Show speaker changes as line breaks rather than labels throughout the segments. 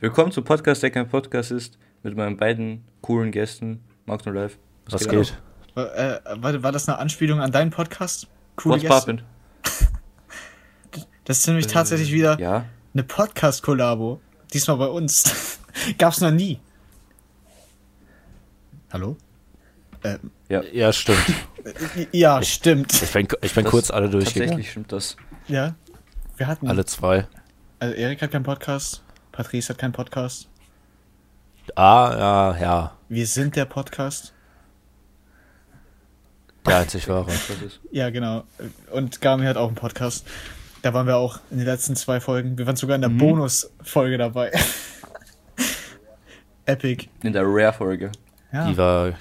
Willkommen zum Podcast, der kein Podcast ist, mit meinen beiden coolen Gästen, Max und Ralf.
Was geht? ab?
War, äh, war, war das eine Anspielung an deinen Podcast?
What's poppin'?
Das ist
Äh,
nämlich tatsächlich wieder
Ja,
eine Podcast-Kollabo. Diesmal bei uns. Gab's noch nie. Hallo?
Ja, stimmt.
Äh, Ja, stimmt.
Ich bin, ich bin
das-
kurz alle durchgegangen.
tatsächlich stimmt das.
Ja. Wir hatten.
Alle zwei.
Also Erik hat keinen Podcast. Patrice hat keinen Podcast.
Ah, ja, ja.
Wir sind der Podcast.
Der einzig wahre.
Das ist.
Ja, genau. Und Gami hat auch einen Podcast. Da waren wir auch in den letzten zwei Folgen. Wir waren sogar in
Mhm.
der Bonusfolge dabei. Epic.
In der Rare-Folge.
Ja.
Die war,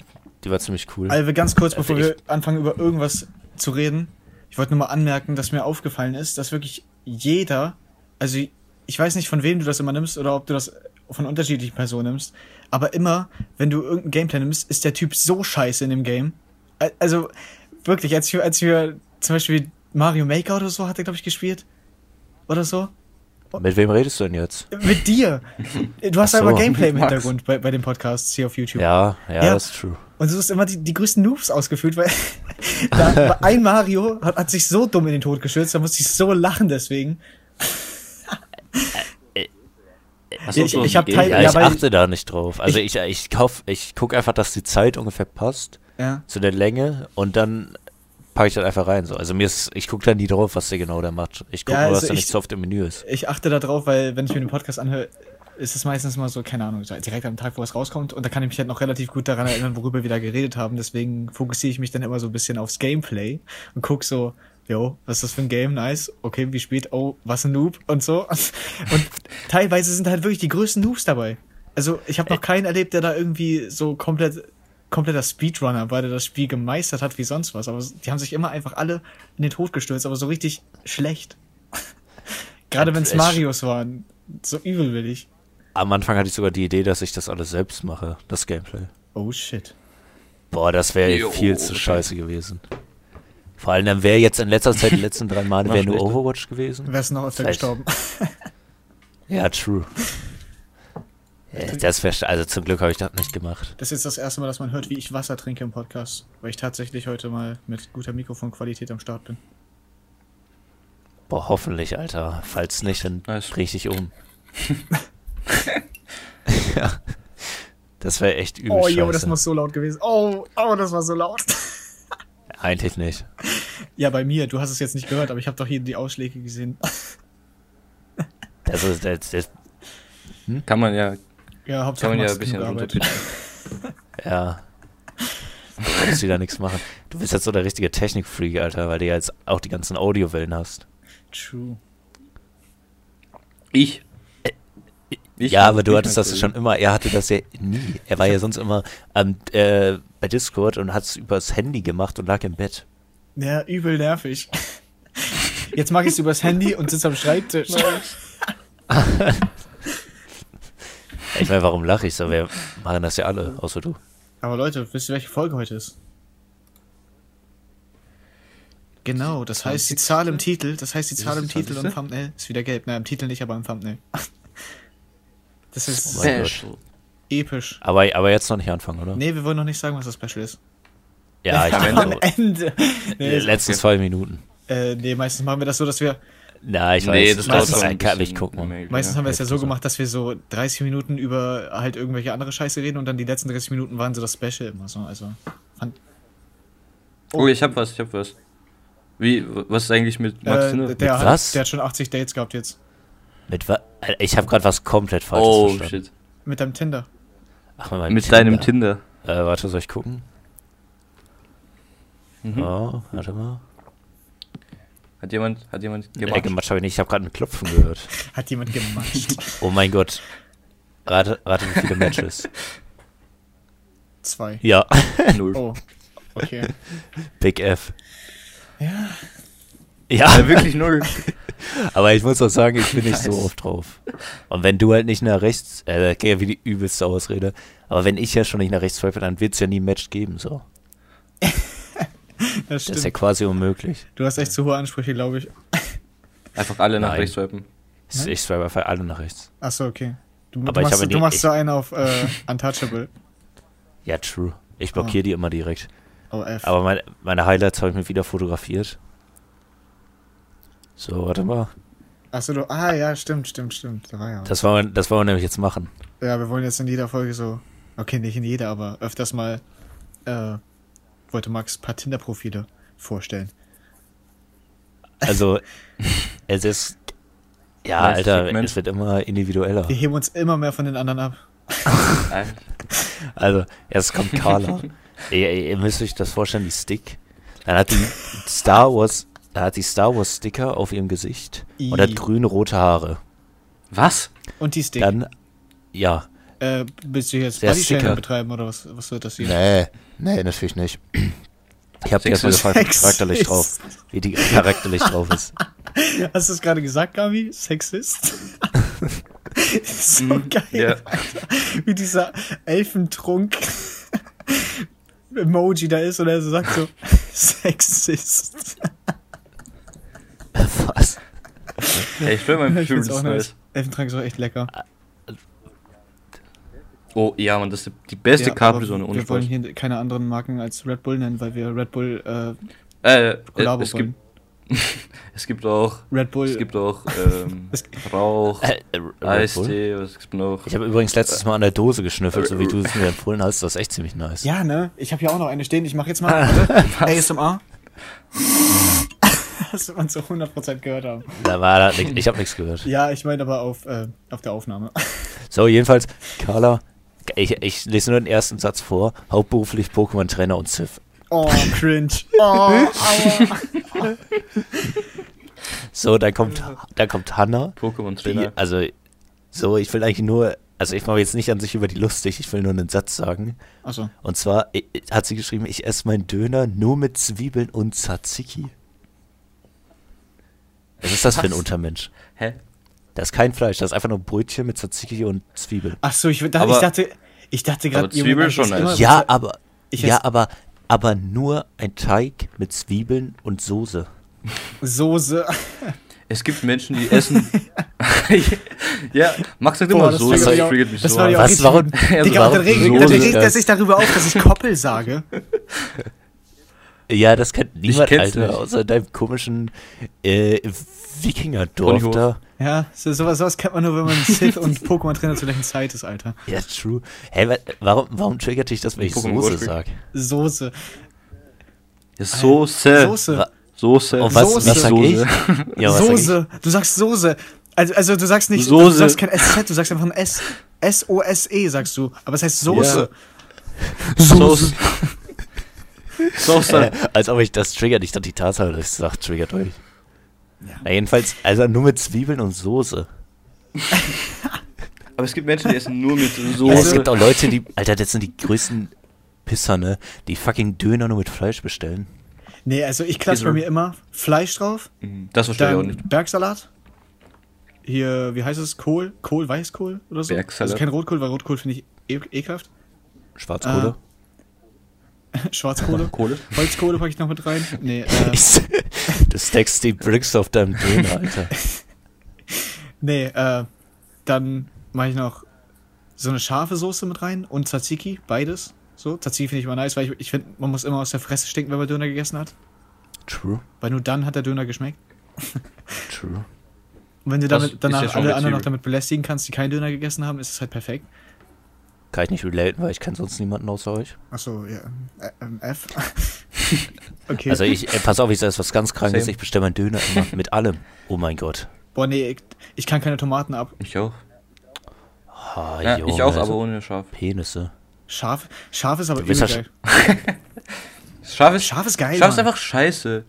die war ziemlich cool.
Also ganz kurz, bevor
ich-
wir anfangen, über irgendwas zu reden. Ich wollte nur mal anmerken, dass mir aufgefallen ist, dass wirklich jeder, also ich weiß nicht, von wem du das immer nimmst oder ob du das von unterschiedlichen Personen nimmst, aber immer, wenn du irgendein Gameplay nimmst, ist der Typ so scheiße in dem Game. Al- Also wirklich, als wir, als wir zum Beispiel Mario Maker oder so hat er, glaube ich, gespielt. Oder so.
Mit wem redest du denn jetzt?
Mit dir. Du hast
Ach so,
aber Gameplay im
Max.
Hintergrund bei, bei den Podcasts hier auf YouTube.
Ja, ja,
Ja.
das ist true.
Und so ist immer die, die größten Noobs ausgefüllt, weil da, ein Mario hat, hat sich so dumm in den Tod gestürzt, da musste ich so lachen deswegen.
Achso,
Ich- ich hab
Game-
Teil-
Ja,
Ja,
ich
weil-
achte da nicht drauf. Also ich, ich, kauf, ich guck einfach, dass die Zeit ungefähr passt
Ja.
zu der Länge und dann packe ich das einfach rein. So. Also mir ist, ich guck da nie drauf, was der genau da macht. Ich guck
Ja,
nur,
also
dass da
ich-
nicht so oft im Menü ist.
Ich achte da drauf, weil wenn ich mir den Podcast anhöre, ist es meistens mal so, keine Ahnung, so direkt am Tag, wo es rauskommt. Und da kann ich mich halt noch relativ gut daran erinnern, worüber wir da geredet haben. Deswegen fokussiere ich mich dann immer so ein bisschen aufs Gameplay und guck so, jo, was ist das für ein Game? Nice. Okay, wie spielt? Oh, was ein Noob und so. Und teilweise sind halt wirklich die größten Noobs dabei. Also ich habe noch keinen erlebt, der da irgendwie so komplett kompletter Speedrunner, weil der das Spiel gemeistert hat wie sonst was. Aber die haben sich immer einfach alle in den Tod gestürzt, aber so richtig schlecht. Gerade wenn es
Es-
Marios waren. So übelwillig.
Am Anfang hatte ich sogar die Idee, dass ich das alles selbst mache, das Gameplay.
Oh shit.
Boah, das wäre
Jo,
viel zu
okay.
scheiße gewesen. Vor allem, dann wäre jetzt in letzter Zeit, die letzten drei Male, wäre nur
schlechter.
Overwatch gewesen.
Wärst du noch öfter
Vielleicht.
gestorben?
Ja, true. Ja, das wäre, also zum Glück habe ich das nicht gemacht.
Das ist jetzt das erste Mal, dass man hört, wie ich Wasser trinke im Podcast. Weil ich tatsächlich heute mal mit guter Mikrofonqualität am Start bin.
Boah, hoffentlich, Alter. Falls nicht, dann
Nice.
bring ich dich um. ja. Das wäre echt übel
Oh,
scheiße.
jo, das muss so laut gewesen. Oh, oh, das war so laut.
Eigentlich nicht.
Ja, bei mir. Du hast es jetzt nicht gehört, aber ich habe doch hier die Ausschläge gesehen.
Das ist, das, das,
Kann man ja,
Ja, Hauptsache
kann man ja
Max
ein bisschen
genug Arbeit.
runterpitchen.
ja. Du kannst wieder nichts machen. Du bist jetzt so der richtige Technik-Freak, Alter, weil du ja jetzt auch die ganzen Audiowellen hast.
True.
Ich. Ich-
ja, aber du
ich
hattest
mein
das ja
Kollege.
schon immer. Er hatte das ja nie. Er war ja sonst immer am, äh, bei Discord und hat es übers Handy gemacht und lag im Bett.
Ja, übel nervig. Jetzt mache ich es übers Handy und sitze am Schreibtisch.
Ich meine, warum lache ich so? Wir machen das ja alle, außer du.
Aber Leute, wisst ihr, welche Folge heute ist? Genau, das heißt die Zahl im Titel, das heißt die Zahl im
das die
Titel und
20.?
Thumbnail ist wieder gelb. Nein, im Titel nicht, aber im Thumbnail. Das ist
Oh mein Gott.
Special.
episch.
Aber, aber jetzt noch nicht anfangen, oder?
Nee, wir wollen noch nicht sagen, was das Special ist.
Ja, ich
Am
meine, so,
Ende. Nee,
die letzten zwei Minuten.
äh, nee, meistens machen wir das so, dass wir,
Na, ich
Nee,
weiß,
das
meistens
dauert
ein
ein
Kack,
bisschen.
ich guck mal.
Maybe,
meistens
ja.
haben wir es ja so
Hälfte so.
gemacht, dass wir so 30 Minuten über halt irgendwelche andere Scheiße reden und dann die letzten 30 Minuten waren so das Special immer so. Also, fand,
Oh, ich hab was, ich hab was. Wie, was ist eigentlich mit Max
äh,
Sinne?
der,
was?
hat, der hat schon 80 Dates gehabt jetzt.
Mit wa Alter, ich habe gerade was komplett falsches
Oh,
verstanden.
shit.
Mit deinem Tinder.
Ach, mit meinem
Mit
Tinder.
deinem Tinder.
Äh, warte, soll ich gucken?
Mhm.
Oh, warte mal.
Hat jemand, hat jemand
Äh,
gemacht?
gematscht habe ich nicht. Ich habe gerade ein Klopfen gehört.
Hat jemand gematscht?
Oh mein Gott. Rate, rate wie viele Matches.
Zwei.
Ja,
Null.
Oh. Okay.
Big F.
Ja.
Ja,
Ja, Äh, wirklich null.
aber ich muss auch sagen, ich bin nicht so
Nice.
oft drauf. Und wenn du halt nicht nach rechts, äh, das geht ja wie die übelste Ausrede, aber wenn ich ja schon nicht nach rechts swipe, dann wird es ja nie ein Match geben, so.
Das
Das ist ja
stimmt.
quasi unmöglich.
Du hast echt zu hohe Ansprüche, glaube ich.
Einfach alle nach
Nein.
rechts swipen.
Ich- Ich swipe einfach alle nach rechts.
Achso, okay. Du,
Aber
du
ich
machst,
habe
du
die-
machst so einen auf äh, Untouchable.
Ja, true. Ich blockiere die immer direkt.
Oh, F.
Aber mein, meine Highlights habe ich mir wieder fotografiert. So, warte mal.
Achso, du. Ah, ja, stimmt, stimmt, stimmt. Da war ja. was.
Das wollen wir, das wollen wir nämlich jetzt machen.
Ja, wir wollen jetzt in jeder Folge so. Okay, nicht in jeder, aber öfters mal. Äh, wollte Max ein paar Tinder-Profile vorstellen.
Also, es ist. Ja,
Nice
Alter,
Segment.
es wird immer individueller.
Wir heben uns immer mehr von den anderen ab.
Alter.
Also, erst kommt Carla. ihr, ihr ihr müsst euch das vorstellen, die Stick. Dann hat die Star Wars, dann hat die Star Wars Sticker auf ihrem Gesicht und
I.
hat grüne, rote Haare.
Was?
Und die Stick.
Dann, ja.
äh, willst du jetzt
Der
Bodyshaming
Sticker.
betreiben oder was, was wird das hier?
Nee, nee, natürlich nicht. Ich habe dir
Sexist.
erstmal gefragt, wie die charakterlich
Sexist.
drauf, wie die charakterlich drauf ist.
Hast du es gerade gesagt, Gabi? Sexist? so geil.
Mhm, Ja.
Wie dieser Elfentrunk Emoji da ist und er so sagt so Sexist.
Was?
Ey, ich will mein
Ich find's
Purity
auch
Smells.
nice. Elfentrank ist auch echt lecker.
Oh, ja, Mann, das ist die, die beste
Ja,
Capri-Sonne
aber
ohne
Wir wollen
Spaß.
hier keine anderen Marken als Red Bull nennen, weil wir Red Bull äh,
Äh, äh,
Kollabo
es
wollen.
gibt, es gibt auch,
Red Bull.
es gibt auch, ähm,
Es-
Rauch,
Äh, äh, Red Bull?
Eistee, was gibt's noch?
Ich habe übrigens letztes Mal an der Dose geschnüffelt, so wie du es mir empfohlen hast. Das ist echt ziemlich nice.
ja, ne? Ich habe hier auch noch eine stehen. Ich mache jetzt mal ASMR. Das wird man zu 100% gehört haben.
Da war da, nix- ich habe nichts gehört.
Ja, ich meine aber auf, äh, auf der Aufnahme.
So, jedenfalls, Carla, ich, ich lese nur den ersten Satz vor. Hauptberuflich Pokémon-Trainer und Civ.
Oh, cringe. Oh, aua.
So, da kommt, da kommt Hanna. Die,
Pokémon-Trainer.
also, so, ich will eigentlich nur, also ich mache jetzt nicht an sich über die lustig, ich will nur einen Satz sagen.
Achso.
Und zwar i- i- hat sie geschrieben, ich esse meinen Döner nur mit Zwiebeln und Tzatziki. Was ist das für ein
Was?
Untermensch?
Hä?
Da ist kein Fleisch, da ist einfach nur Brötchen mit Tzatziki und Zwiebeln.
Achso, ich, da, ich
Aber-
dachte, ich dachte gerade,
aber Zwiebeln schon nice.
Ja, aber,
ich
ja,
esse-
aber, aber nur ein Teig mit Zwiebeln und Soße.
Soße.
Es gibt Menschen, die essen. ja, Max sagt
Boah,
immer
das
so,
triggert
das
mich auch-
triggert mich
das
so.
war
an.
ja auch-
Was?
richtig-
Warum?
Ja,
also
Digga,
warum
und dann
warum
regt, dann
Soße?
regt er
das?
sich darüber auf, dass ich Koppel sage.
Ja, das kennt niemand,
kenn's
Alter,
nicht.
außer deinem komischen äh, Wikingerdorf
Ponyhof.
da.
Ja, so, sowas, sowas kennt man nur, wenn man Sith und Pokémon-Trainer zur gleichen Zeit ist, Alter.
Ja, true. Hey, wa warum, warum triggert dich das, wenn ich
Pokémon
Soße
Go spiel.
sag?
Soße.
Ja, Soße.
Soße.
Wa-
Soße.
Oh,
Auf was,
Soße.
was sag ich? Ja, was Sag
Soße. Du sagst Soße. Also, also du sagst nicht, du
Soße.
sagst kein SZ, du sagst einfach ein S. S-O-S-E sagst du. Aber es heißt Soße.
ich? Soße. Soße.
ich? Äh, als ob ich das triggert. Ich dachte, die Tatsache, dass ich sag, triggert euch. Na, jedenfalls, also nur mit Zwiebeln und Soße.
Äh.
Aber es gibt Menschen, die essen nur mit
Ja, es
Soße.
gibt auch Leute, die, Alter, das sind die größten Pisser, ne? Die fucking Döner nur mit Fleisch bestellen.
Nee, also ich klatsche bei
Esel.
mir immer Fleisch drauf,
Mhm, das verstehe ich auch
dann
nicht.
Bergsalat. Hier, wie heißt es? Kohl? Kohl, Weißkohl oder so?
Bergsalat.
Also kein Rotkohl, weil Rotkohl finde ich e ekelhaft.
Schwarzkohle.
Schwarzkohle.
Kohle?
Holzkohle packe ich noch mit rein. Nee, äh,
du stackst die Bricks auf deinem Döner, Alter.
nee äh, dann mache ich noch so eine scharfe Soße mit rein und Tzatziki, beides. So, Tzatziki finde ich immer nice, weil ich, ich finde, man muss immer aus der Fresse stinken, wenn man Döner gegessen hat.
True,
Weil nur dann hat der Döner geschmeckt.
true.
Und wenn du
Das
damit,
ist
danach
ja schon
alle anderen
flexibel.
noch damit belästigen kannst, die keinen Döner gegessen haben, ist es halt perfekt.
Kann ich nicht relaten, weil ich kenne sonst niemanden außer euch.
Achso, ja. Ä- ähm, F. okay.
Also ich, ey, pass auf, ich sage was ganz Krankes,
Same.
ich bestelle meinen Döner immer mit allem. Oh mein Gott.
Boah, nee, ich, ich kann keine Tomaten ab.
Ich auch.
Ah,
Ja,
Junge,
ich auch,
so
aber ohne Schaf.
Penisse.
Scharf, scharf ist aber
bist
übel
ja
geil.
Schaf ist,
Scharf ist geil.
Schaf ist
Mann.
einfach scheiße.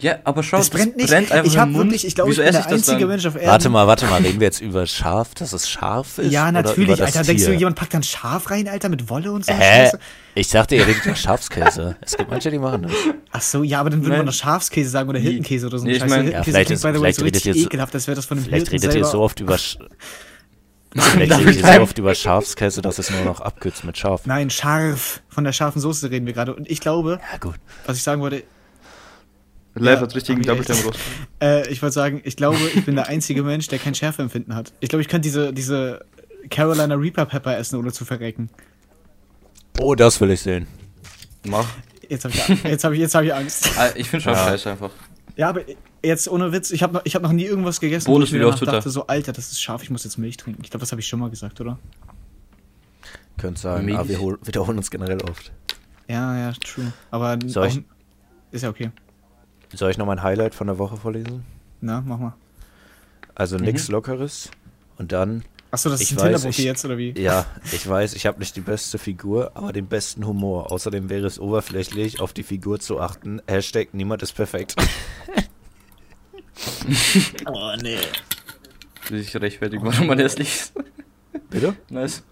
Ja, aber schau,
Das brennt nicht.
einfach
ich
im
habe
Mund.
wirklich, ich glaube, ich
Wieso
bin
esse
der
das
einzige
dann?
Mensch auf Erden.
Warte mal, warte mal, reden wir jetzt über scharf, dass es scharf ist? oder
Ja,
über
natürlich,
das
Alter. Denkst du,
Tier?
jemand packt dann Schaf rein, Alter, mit Wolle und so?
Hä?
Scheiße?
Ich dachte, ihr redet über Schafskäse. Es gibt manche, die machen das.
Ach so, ja, aber dann würde man
Nein.
doch Schafskäse sagen oder Hirtenkäse oder so.
Nee, ich
Scheiße.
mein- Ja,
Hirtenkäse
vielleicht
klingt,
ist-
by the way,
vielleicht
so
redet
richtig
ihr so-
ekelhaft, als wäre das von einem
Vielleicht
Hirten
redet ihr
selber.
so oft über Sch Vielleicht redet ihr so oft über Schafskäse, dass es nur noch abkürzt mit Schaf.
Nein, scharf. Von der scharfen Soße reden wir gerade. Und ich glaube,
Ja, gut.
was ich sagen wollte,
Live
Ja,
als richtigen
hab ich echt.
Doppeltermrost.
Äh, ich wollte sagen, ich glaube, ich bin der einzige Mensch, der kein Schärfeempfinden hat. Ich glaube, ich könnte diese, diese Carolina Reaper Pepper essen, ohne zu verrecken.
Oh, das will ich sehen.
Mach.
Jetzt habe ich, jetzt hab ich, jetzt hab ich Angst.
Ah, Ich finde schon
Ja.
scheiße einfach.
Ja, aber jetzt ohne Witz, ich habe noch, ich hab noch nie irgendwas gegessen,
Bohnen
wo
ist
ich mir
wieder auf
danach
Twitter.
dachte, so, Alter, das ist scharf, ich muss jetzt Milch trinken. Ich glaube, das habe ich schon mal gesagt, oder?
Könnt sagen,
Milch.
aber wir hol- wiederholen uns generell oft.
Ja, ja, true. Aber
Soll ich-
auch- ist ja okay.
Soll ich noch mein Highlight von der Woche vorlesen?
Na, mach mal.
Also nichts Lockeres. Und dann,
Achso, das
Ich
ist ein
weiß,
Tinder-Profil
ich-
jetzt, oder wie?
ja, ich weiß, ich habe nicht die beste Figur, aber den besten Humor. Außerdem wäre es oberflächlich, auf die Figur zu achten. Hashtag niemand ist perfekt.
Oh, nee.
Will sich rechtfertigen, warum man hässlich ist.
Bitte?
Nice.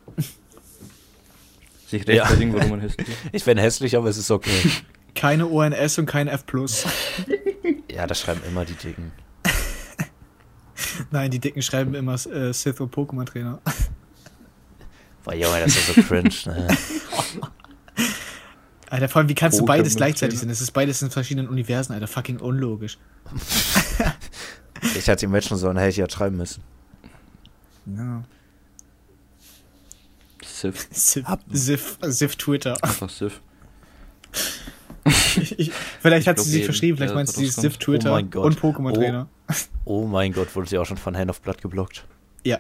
Sich
Ja.
rechtfertigen, warum man hässlich ist.
Ich bin hässlich, aber es ist okay.
Keine ONS und kein F+.
ja, das schreiben immer die Dicken.
Nein, die Dicken schreiben immer äh, Sith und Pokémon-Trainer.
Boah, Junge, das ist so cringe, ne?
Alter, vor allem, wie kannst du beides
Pokémon-Trainer.
gleichzeitig sein? Es ist beides in verschiedenen Universen, Alter. Fucking unlogisch.
Ich hatte die Menschen so ein Hate schreiben müssen.
Ja.
Sif.
Sif,
Hab-
Sif, Sif Twitter.
Einfach Sif.
Ich, ich, vielleicht hat
glaub,
sie sich
jeden,
verschrieben, vielleicht
der
meinst du
da
dieses
drauf kommt.
Sif Twitter
Oh mein Gott.
und Pokémon-Trainer.
Oh mein Gott, wurde sie auch schon von Hand of Blood geblockt.
Ja.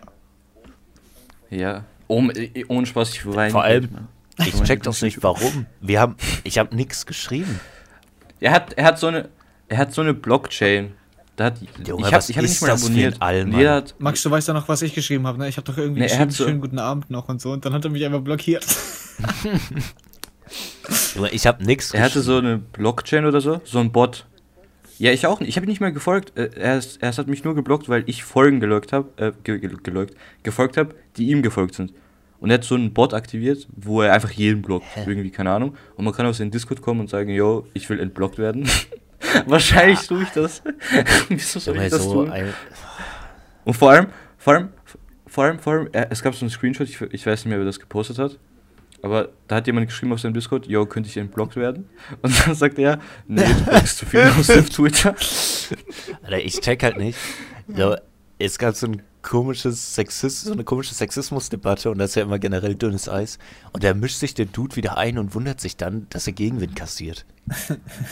Ja. Oh, äh, ohne Spaß, ich weine.
Vor allem-
Mann.
Ich check das nicht, warum. Wir haben, ich habe nichts geschrieben.
Er hat, er hat so eine, er hat so eine Blockchain. Da hat,
Junge,
ich habe
was
ich hab ihn
ist
nicht mal
das für ein
abonniert.
Allmann?
Und jeder hat,
Max, du weißt doch noch, was ich geschrieben habe, ne? Ich habe doch irgendwie
Nee, er hat
geschrieben,
so-
schönen guten Abend noch und so. Und dann hat er mich einfach blockiert.
Junge, Ich habe nichts
er hatte
geschrieben.
so eine Blockchain oder so, so ein Bot. Ja, ich auch nicht. Ich habe ihn nicht mehr gefolgt. Äh, Er, ist, er hat mich nur geblockt, weil ich Folgen gelögt habe, äh, ge ge gelögt, gefolgt habe, die ihm gefolgt sind. Und er hat so einen Bot aktiviert, wo er einfach jeden blockt. Irgendwie, keine Ahnung. Und man kann aus den Discord kommen und sagen, yo, ich will entblockt werden. Wahrscheinlich tue ich das. Wieso soll
Junge,
ich das
so
tun?
ein,
Und vor allem, vor allem, vor allem, vor allem, äh, es gab so einen Screenshot, ich, ich weiß nicht mehr, wer das gepostet hat, aber da hat jemand geschrieben auf seinem Discord, yo, könnte ich entblockt werden? Und dann sagt er, nee, du blickst zu viel aus auf Twitter.
Alter, ich check halt nicht. So, es gab so ein komisches Sexismus, so eine komische Sexismusdebatte und das ist ja immer generell dünnes Eis. Und da mischt sich der Dude wieder ein und wundert sich dann, dass er Gegenwind kassiert.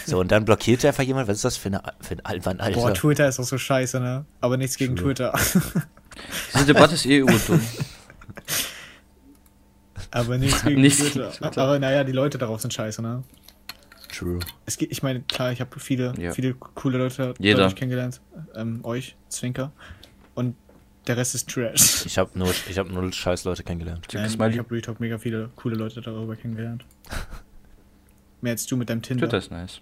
So, und dann blockiert er einfach jemand. Was ist das für, eine, für ein Alban, Alter?
Boah, Twitter ist auch so scheiße, ne? Aber nichts gegen
True.
Twitter.
Diese Debatte ist eh urdumm.
Aber nichts gegen
Nichts
Twitter.
gegen Twitter.
Aber naja, die Leute darauf sind scheiße, ne?
True.
Es geht, ich meine, klar, ich habe viele,
Ja.
viele coole Leute
Jeder.
dadurch kennengelernt. Ähm, euch, Zwinker. Und der Rest ist Trash.
Ich habe nur, ich hab null scheiß Leute kennengelernt.
Check das
Ähm,
mal,
ich habe Real Talk mega viele coole Leute darüber kennengelernt. Mehr als du mit deinem Tinder.
Twitter ist nice.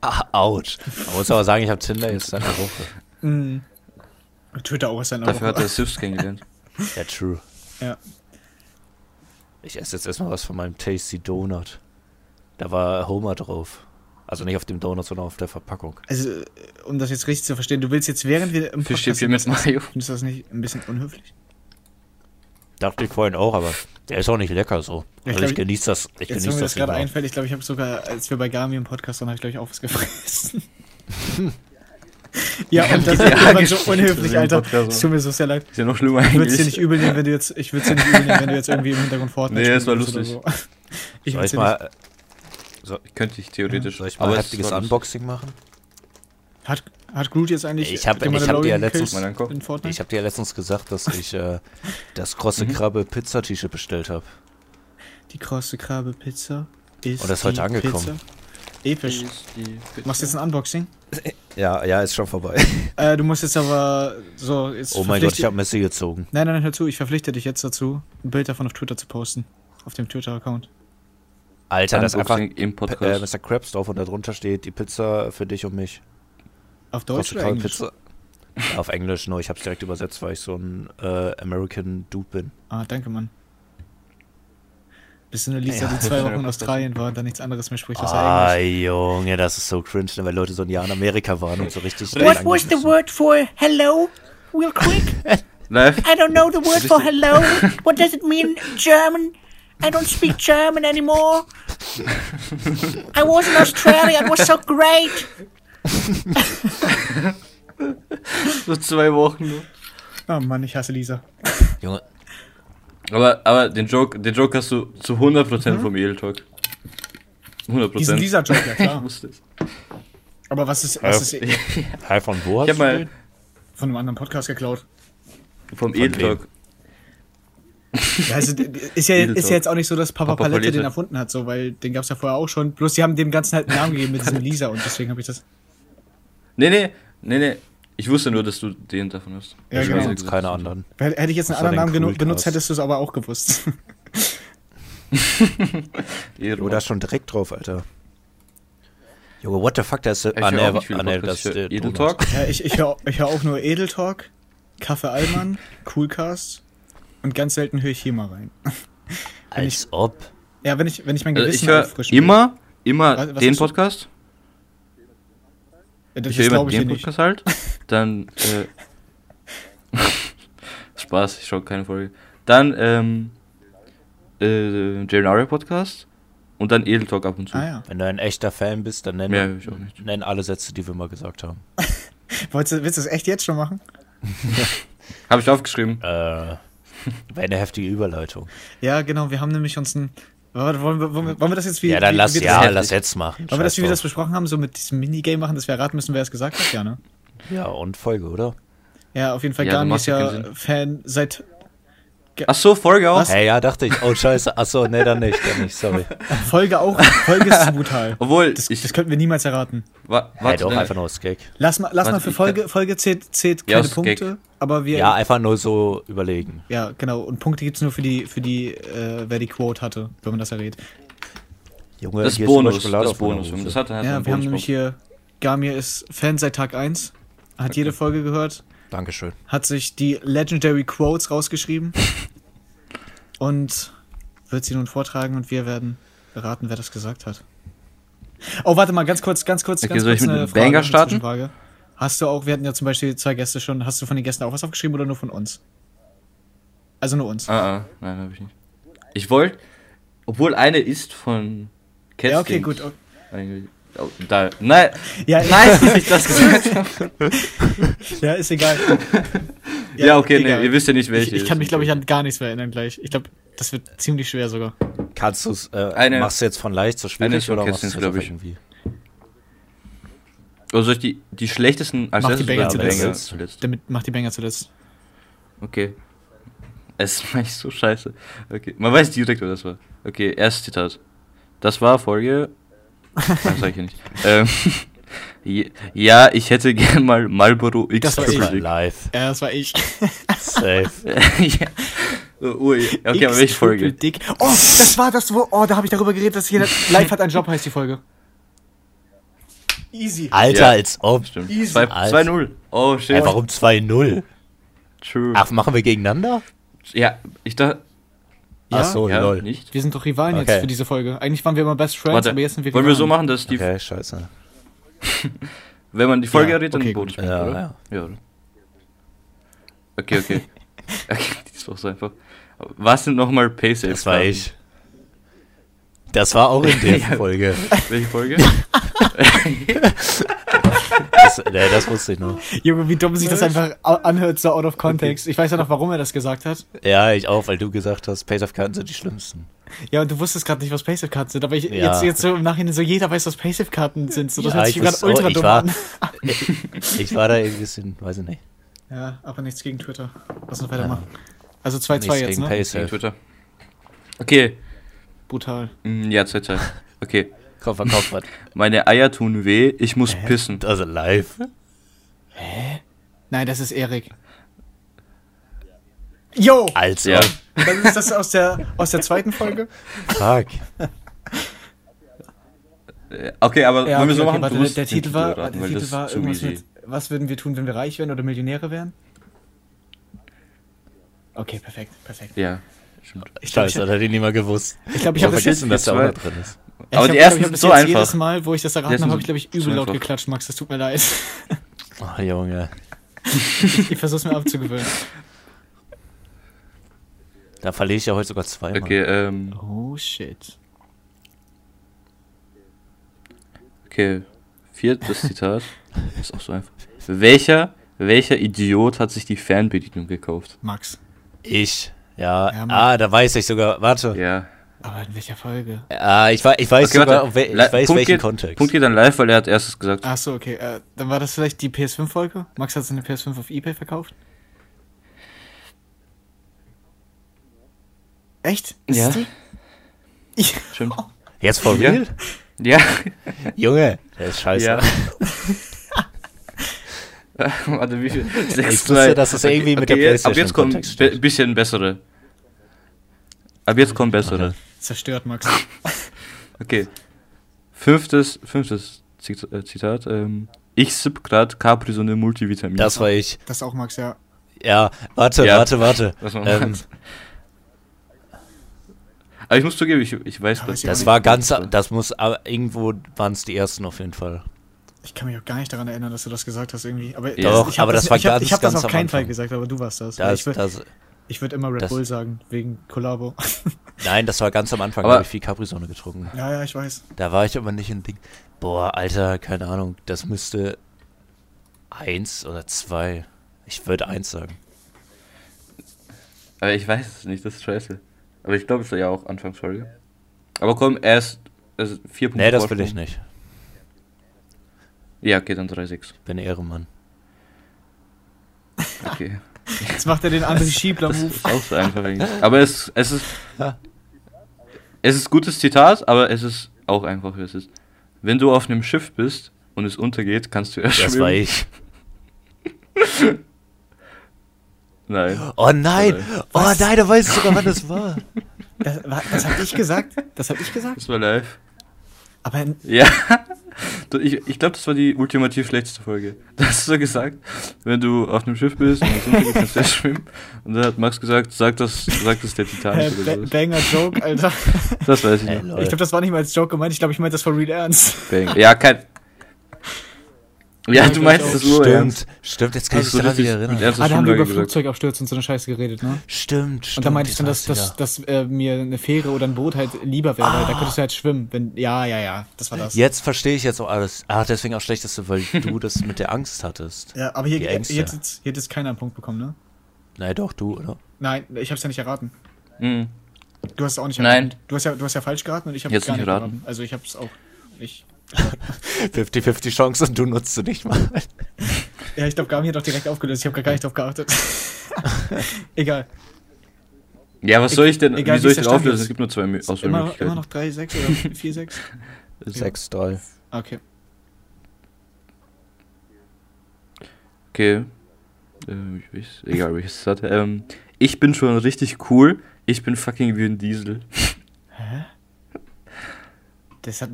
Ah, ouch. Man muss aber sagen, ich habe Tinder jetzt seit einer Woche.
Mhm. Twitter auch ist ein
Dafür hat er Sifs kennengelernt.
Ja, true.
Ja.
Ich esse jetzt erstmal was von meinem Tasty Donut. Da war Homer drauf. Also nicht auf dem Donut, sondern auf der Verpackung.
Also, äh, um das jetzt richtig zu verstehen, du willst jetzt, während wir im Podcast
Fischstäbchen
sind,
mit Mayo.
findest du das nicht ein bisschen unhöflich?
Dachte ich vorhin auch, aber der ist auch nicht lecker so.
Ja, ich
Also ich
glaub,
genieße das. Ich
Jetzt, wo
genieße
mir das
das
gerade
lieber.
einfällt, ich glaube, ich habe sogar, als wir bei Gami im Podcast waren, habe ich, glaube ich, auch was gefressen. ja, und das ist
GTA
irgendwann so
gespielt, das ist
unhöflich,
im
Alter.
Podcast,
Es tut mir so sehr leid.
Ist ja noch schlimmer
Ich würde es dir nicht
eigentlich.
übel nehmen, wenn du jetzt, ich würde es dir nicht übel nehmen, wenn du jetzt irgendwie im Hintergrund Fortnite
Nee, es
spielen
war
würdest
lustig.
oder So. Ich
soll
würde
ich
dir nicht.
mal,
Könnte ich theoretisch.
soll ich mal
aber
ein
es
heftiges
war lustig.
Unboxing machen?
Hat, hat Groot jetzt eigentlich
Ich hab-
den
ich hab dir ja
Mandalorian
letztens
gekillt
mal angeguckt.
in Fortnite?
Ich habe dir ja letztens gesagt, dass ich äh, das krosse
Mhm.
Krabbe Pizza T-Shirt bestellt habe.
Die krosse Krabbe Pizza ist
Und Oh, das ist heute
die
angekommen.
Pizza. Episch.
Ist die Pizza-
Machst du jetzt ein Unboxing?
Ja, ja, ist schon vorbei.
Äh, du musst jetzt aber so jetzt
Oh mein Gott,
verpflichte-
ich habe Messi gezogen.
Nein, nein, nein, hör zu, ich verpflichte dich jetzt dazu, ein Bild davon auf Twitter zu posten. Auf dem Twitter-Account.
Alter, das ist einfach
Unboxing im
äh,
Podcast.
Mr. Krabs drauf und darunter steht die Pizza für dich und mich.
Auf Deutsch
Krosse
oder
Krabbe
Englisch?
Pizza. Ja, Auf Englisch, no, ich habe es direkt übersetzt, weil ich so ein äh, American Dude bin.
Ah, danke, Mann. Bist du eine Lisa,
Ja,
die
das
zwei
ist
Wochen
ja-
in Australien war und dann nichts anderes mehr spricht außer
Ah,
Englisch?
Junge, das ist so cringe, ne, weil Leute so ein Jahr in Amerika waren und so richtig.
What was the
angemessen.
word for hello? Real quick.
Live.
I don't know the word for
Richtig.
hello. What does it mean? German? I don't speak German anymore. I was in Australia. It was so great.
So zwei Wochen nur.
Oh Mann, ich hasse Lisa.
Junge,
Aber, aber den, Joke, den Joke hast du zu
Mhm.
100% vom Edel Talk. 100%.
Diesen Lisa-Joke, ja
Ich
klar.
wusste es.
Aber was ist,
Ja.
was ist
hi von wo hast
Ich hab
du
mal
den?
von einem anderen Podcast geklaut?
vom
wem?
Edel Talk.
Ja, also, d- ist, ja,
Edel
ist
Talk.
ja jetzt auch nicht so, dass Papa,
Papa
Palette,
Palette.
den erfunden hat, so, weil den gab's ja vorher auch schon. Bloß die haben dem Ganzen halt einen Namen gegeben mit diesem Lisa und deswegen habe ich das.
Nee, nee, nee, nee. Ich wusste nur, dass du den davon hast.
Ja,
Ich
Ich
genau.
weiß
weiß
sonst
nicht,
keine
was-
anderen.
Weil, hätte ich jetzt
Das
einen
war
anderen Namen
dein
genu-
Coolcast.
benutzt, hättest du es aber auch gewusst.
Edel
Du da schon direkt drauf, Alter. Junge, what the fuck, da ist der.
Ich
Ah,
höre
nee,
auch nicht viele
ah, nee, das
Podcasts.
ist
Ich höre
der
Edel
Donut.
Talk.
ja, ich ich höre ich hör auch nur Edel Talk, Kaffee Allmann, Coolcast und ganz selten höre ich hier mal rein.
Als ob.
Ja, wenn ich, wenn ich mein
Also
Gewissen
ich höre
auffrischen will.
immer, immer
Was- was
den
hast du?
Podcast.
Ja,
Ich
das
höre immer
glaube ich dir
den
nicht.
Podcast halt. Dann, äh, Spaß, ich schaue keine Folge. Dann, ähm, äh, Jaren Podcast. Und dann Edel Talk ab und zu.
Ah ja.
Wenn du ein echter Fan bist, dann nenn,
Mehr höre ich auch nicht.
nenn alle Sätze, die wir mal gesagt haben.
Wolltest du, willst du das echt jetzt schon machen?
Habe ich aufgeschrieben.
Äh, war eine heftige Überleitung.
Ja, genau, wir haben nämlich uns ein. Warte, Wollen wir, wollen wir, wollen wir das jetzt wie.
ja, dann
wie,
lass,
wie das,
ja,
heftig.
lass jetzt machen.
Wollen wir das, wie
Scheiß
wir das
drauf.
besprochen haben, so mit diesem Minigame machen, dass wir erraten müssen, wer es gesagt hat, ja, ne?
ja, und Folge, oder?
Ja, auf jeden Fall,
Ja,
Garni
macht
ist
ja
ja
keinen
Fan seit
Ach so, Folge auch.
Was?
Hey, ja, dachte ich. Oh, scheiße. Achso, nee, dann nicht, dann nicht, sorry.
Folge auch. Folge ist zu brutal.
Obwohl,
Das,
ich,
das könnten wir niemals erraten.
wa
Hey,
warte,
doch,
ne,
einfach nur Skek.
Lass mal, lass
Warte,
mal für
ich kann-
Folge, Folge zählt, zählt
Ja,
keine
ist
Punkte,
Gag.
aber wir.
Ja, einfach nur so überlegen.
ja, genau. Und Punkte gibt's nur für die, für die, äh, wer die Quote hatte, wenn man das errät.
Junge,
das ist
hier ist zum
Bonus,
Beispiel Schokolade
das
auf meiner
Bonus.
Hose.
Das hat, hat
Ja,
einen
wir haben
Bonus
nämlich hier, Gamir ist Fan seit Tag 1, hat jede Folge gehört,
Dankeschön.
hat sich die Legendary Quotes rausgeschrieben und wird sie nun vortragen und wir werden erraten, wer das gesagt hat. Oh, warte mal, ganz kurz, ganz kurz,
Okay,
ganz
soll
kurz
ich mit einem Banger starten?
Zwischenfrage. Hast du auch, wir hatten ja zum Beispiel zwei Gäste schon, hast du von den Gästen auch was aufgeschrieben oder nur von uns? Also nur uns.
Ah, ah, nein, habe ich nicht. Ich wollte, obwohl eine ist von Cat
ja, okay, gut. okay.
Eigentlich- Oh, da, nein,
Ja,
nein, dass ich das gesagt habe.
ja, ist egal.
Ja, okay,
egal.
nee, ihr wisst ja nicht, welche
Ich, ich
ist.
kann mich, glaube ich, an gar nichts mehr erinnern gleich. Ich glaube, das wird ziemlich schwer sogar.
Kannst du es, äh,
Eine-
machst du jetzt von leicht zu
eine
schwierig
ist
oder
von
machst du es
Kessins,
jetzt auf
glaub ich.
irgendwie?
Oder soll ich Also die, die schlechtesten als
Mach die
erstes
Banger
oder
zuletzt.
Banger zuletzt?
Damit macht die Banger zuletzt.
Okay. Es ist echt so scheiße. Okay, man weiß direkt, wer das war. Okay, erstes Zitat. Das war Folge. Nein, sag ich ja nicht. Ähm, je- ja, ich hätte gern mal Marlboro X
Das war ich.
Triple
Super
Dick.
live.
Ja, das war ich.
Safe.
ja. Oh, Ui, okay, aber welche
X-Triple
Folge?
Dick. Oh, das war das, wo. Oh, da habe ich darüber geredet, dass jeder. Live hat einen Job, heißt die Folge. Easy.
Alter,
Ja.
als ob.
Stimmt.
Easy.
Zwei-
Alter.
2-0. Oh shit.
Ey, warum 2-0?
True.
Ach, machen wir gegeneinander?
Ja, ich dachte.
Ja?
Ach so,
ja,
Oh, lol.
nicht.
Wir sind doch Rivalen
Okay.
jetzt für diese Folge. Eigentlich waren wir immer Best Friends,
Warte,
aber jetzt sind wir
wollen wir so machen,
Rivalen.
dass die,
Okay, scheiße.
wenn man die Folge
Ja,
errät, dann
okay,
einen Bonus
gut.
macht,
Ja,
oder?
ja.
oder? Okay, okay. okay, die ist doch so einfach. Was sind nochmal Paysafe?
Das war ich. Das war auch in der
Ja.
Folge.
Welche Folge?
Das, nee, das wusste ich noch.
Junge, wie dumm sich das einfach au- anhört, so out of context. Ich weiß ja noch, warum er das gesagt hat.
Ja, ich auch, weil du gesagt hast, Pace-Off-Karten sind die schlimmsten.
Ja, und du wusstest gerade nicht, was Passive-Karten sind, aber ich,
Ja.
jetzt, jetzt so im Nachhinein so, jeder weiß, was Passive-Karten sind. So, das
Ja,
hört sich
ich
gerade
wusste auch,
oh,
ultra
ich
dumm
war-
an.
Ich war da irgendwie ein bisschen, weiß ich nicht.
Ja, aber nichts gegen Twitter. Lass uns weitermachen. Also 2-2
Nichts
jetzt,
gegen
ne?
Gegen
Pace.
Twitter. Okay,
Brutal.
mm, ja, Zeit, Zeit. Okay,
Kopf an Kopf. hat-
meine Eier tun weh, ich muss pissen.
Das ist Also live.
Nein, das ist Erik. Yo!
Also,
Ja.
Das ist das aus der, aus der zweiten Folge?
fuck.
Äh, Okay, aber wollen wir so machen?
warte,
du musst
der
den
Titel war,
erraten,
der
weil das
Titel
ist
war
zu
irgendwas
easy.
mit, was würden wir tun, wenn wir reich wären oder Millionäre wären? Okay, perfekt, perfekt.
Ja, stimmt.
Ich glaube, ich,
Scheiße,
ich,
das hat ich nicht mal gewusst.
glaub, ich
Boah,
habe das jetzt,
vergessen,
jetzt-
dass da auch
jetzt
noch drin ist.
ich glaub,
Aber die
ich hab
ersten
das
sind so
jetzt
einfach.
jedes Mal, wo ich das
Die
erraten
ersten
habe, habe ich,
sind
glaube ich,
so
übel laut
einfach.
geklatscht, Max. Das tut mir leid.
Oh, Junge.
Ich versuche es mir abzugewöhnen.
Da verliere ich ja heute sogar zweimal.
Okay, ähm,
Oh, shit.
okay. Viertes Zitat. Ist auch so einfach. Welcher, welcher Idiot hat sich die Fernbedienung gekauft?
Max.
Ich. Ja,
Ja, Mann.
ah, da weiß ich sogar. Warte.
Ja.
Aber in welcher Folge?
Ah, ich, wei- ich weiß
Okay,
sogar,
warte.
auf wel, ich
La-
weiß
Punkt
welchen
geht,
Kontext.
Punkt geht dann live, weil er hat erstes gesagt.
Ach so, okay. Äh, dann war das vielleicht die PS5-Folge? Max hat seine PS5 auf Ebay verkauft? Echt? Ist
Ja.
es die? Ich,
Schön.
Jetzt vor
Ja.
real?
Ja.
Junge, das ist scheiße.
Ja. Warte, wie viel? Sechs,
wusste, dass es irgendwie mit der
jetzt- Ab
PlayStation
jetzt kommen
Kontext steht.
ein bisschen bessere. Ab jetzt kommen bessere.
zerstört, Max.
Okay. Fünftes, fünftes Zit- äh, Zitat. Ähm, ich sipp grad Capri-Sonne Multivitamin.
Das war ich.
Das auch, Max, ja.
Ja, warte,
Ja.
warte, warte.
Was man
ähm,
macht. Aber ich muss zugeben, ich, ich weiß
Aber
das.
ist ja
das war ganz, das muss, aber irgendwo waren es die ersten auf jeden Fall.
Ich kann mich auch gar nicht daran erinnern, dass du das gesagt hast irgendwie. Aber
Ja.
Doch,
ich hab
aber das war
ich hab,
ganz,
Ich habe das
ganz am
auf keinen Fall
Anfang.
gesagt, aber du warst das. Weil
Das,
ich würde
das,
ich würd immer Red
das-
Bull sagen, wegen Kollabo.
nein, das war ganz am Anfang,
Aber-
habe ich viel Capri-Sonne getrunken.
ja, ja, ich weiß.
Da war ich aber nicht in Ding. Boah, Alter, keine Ahnung. Das müsste eins oder zwei. Ich würde eins sagen.
Aber ich weiß es nicht, das ist scheiße. Aber ich glaube, es war ja auch Anfangsfolge. Aber komm, erst also vier Punkte.
Nee, das will
Vorsprung.
ich nicht.
Ja, okay, dann 3-6.
Bin Ehrenmann.
Okay.
Ah,
Jetzt macht er den
Das
Anti-Schiebler-Move.
ist auch so einfach eigentlich. Aber es, es ist.
Ja.
Es ist gutes Zitat, aber es ist auch einfach, wie es ist. Wenn du auf einem Schiff bist und es untergeht, kannst du erst
Das war ich.
Nein.
Oh nein! Oh
Was?
nein, da weiß ich sogar, wann das war.
Das, wa- das habe ich gesagt. Das habe ich gesagt.
Das war live.
Aber äh, in,
Ja. Du, Ich, ich glaube, das war die ultimativ schlechteste Folge. Das hast du gesagt, wenn du auf einem Schiff bist und es untergeht, kannst du erst schwimmen. Und dann hat Max gesagt, sag das, sag das der
äh,
Titanic oder
Ba-
sowas.
Banger Joke, Alter.
Das weiß ich
Hey,
noch.
lol.
Ich glaube, das war nicht mal als Joke gemeint. Ich glaube, ich meinte das for real ernst.
Bang. Ja, kein. Ja, du meinst das so ernst.
Stimmt, stimmt, jetzt kann ich
Hast du
mich daran wieder
richtig mit
erinnern.
ernstem
Ah, da haben
Schwimmblager
wir über
gesagt.
Flugzeugabstürze und so eine Scheiße geredet, ne?
Stimmt, stimmt.
Und da meinte ich dann, dass,
jetzt weiß
dass, dass äh, mir eine Fähre oder ein Boot halt lieber wäre, weil da könntest du halt schwimmen. Wenn, ja, ja, ja, das war das.
wieder. Jetzt verstehe ich jetzt auch alles. Ah, deswegen auch schlechteste, weil du das mit der Angst hattest.
Ja, aber hier,
Die
hier,
Ängste.
jetzt, jetzt, hier hat jetzt keiner einen Punkt bekommen, ne?
Nein, doch, du, oder?
Nein, ich hab's ja nicht erraten.
Mhm.
Du hast es auch nicht
Nein.
erraten. Du hast ja, du hast ja falsch geraten und ich habe
Jetzt
es gar
nicht
nicht
erraten.
erraten. Also ich hab's auch nicht.
50-50 Chance und du nutzt sie nicht mal.
Ja, ich glaube, Gabi hat auch direkt aufgelöst. Ich habe gar nicht drauf geachtet. Egal.
Ja, was soll ich denn,
Egal,
wie soll
wie
ich denn
es der Stand
auflösen?
ist.
Es gibt nur zwei Mö-
Immer, immer
Auswahlmöglichkeiten.
noch 3, 6 oder 4, 6?
6-3.
Okay.
Okay. Ähm, ich weiß, egal, welches es hat. Ähm, ich bin schon richtig cool. Ich bin fucking Vin Diesel.
Hä? Das hat,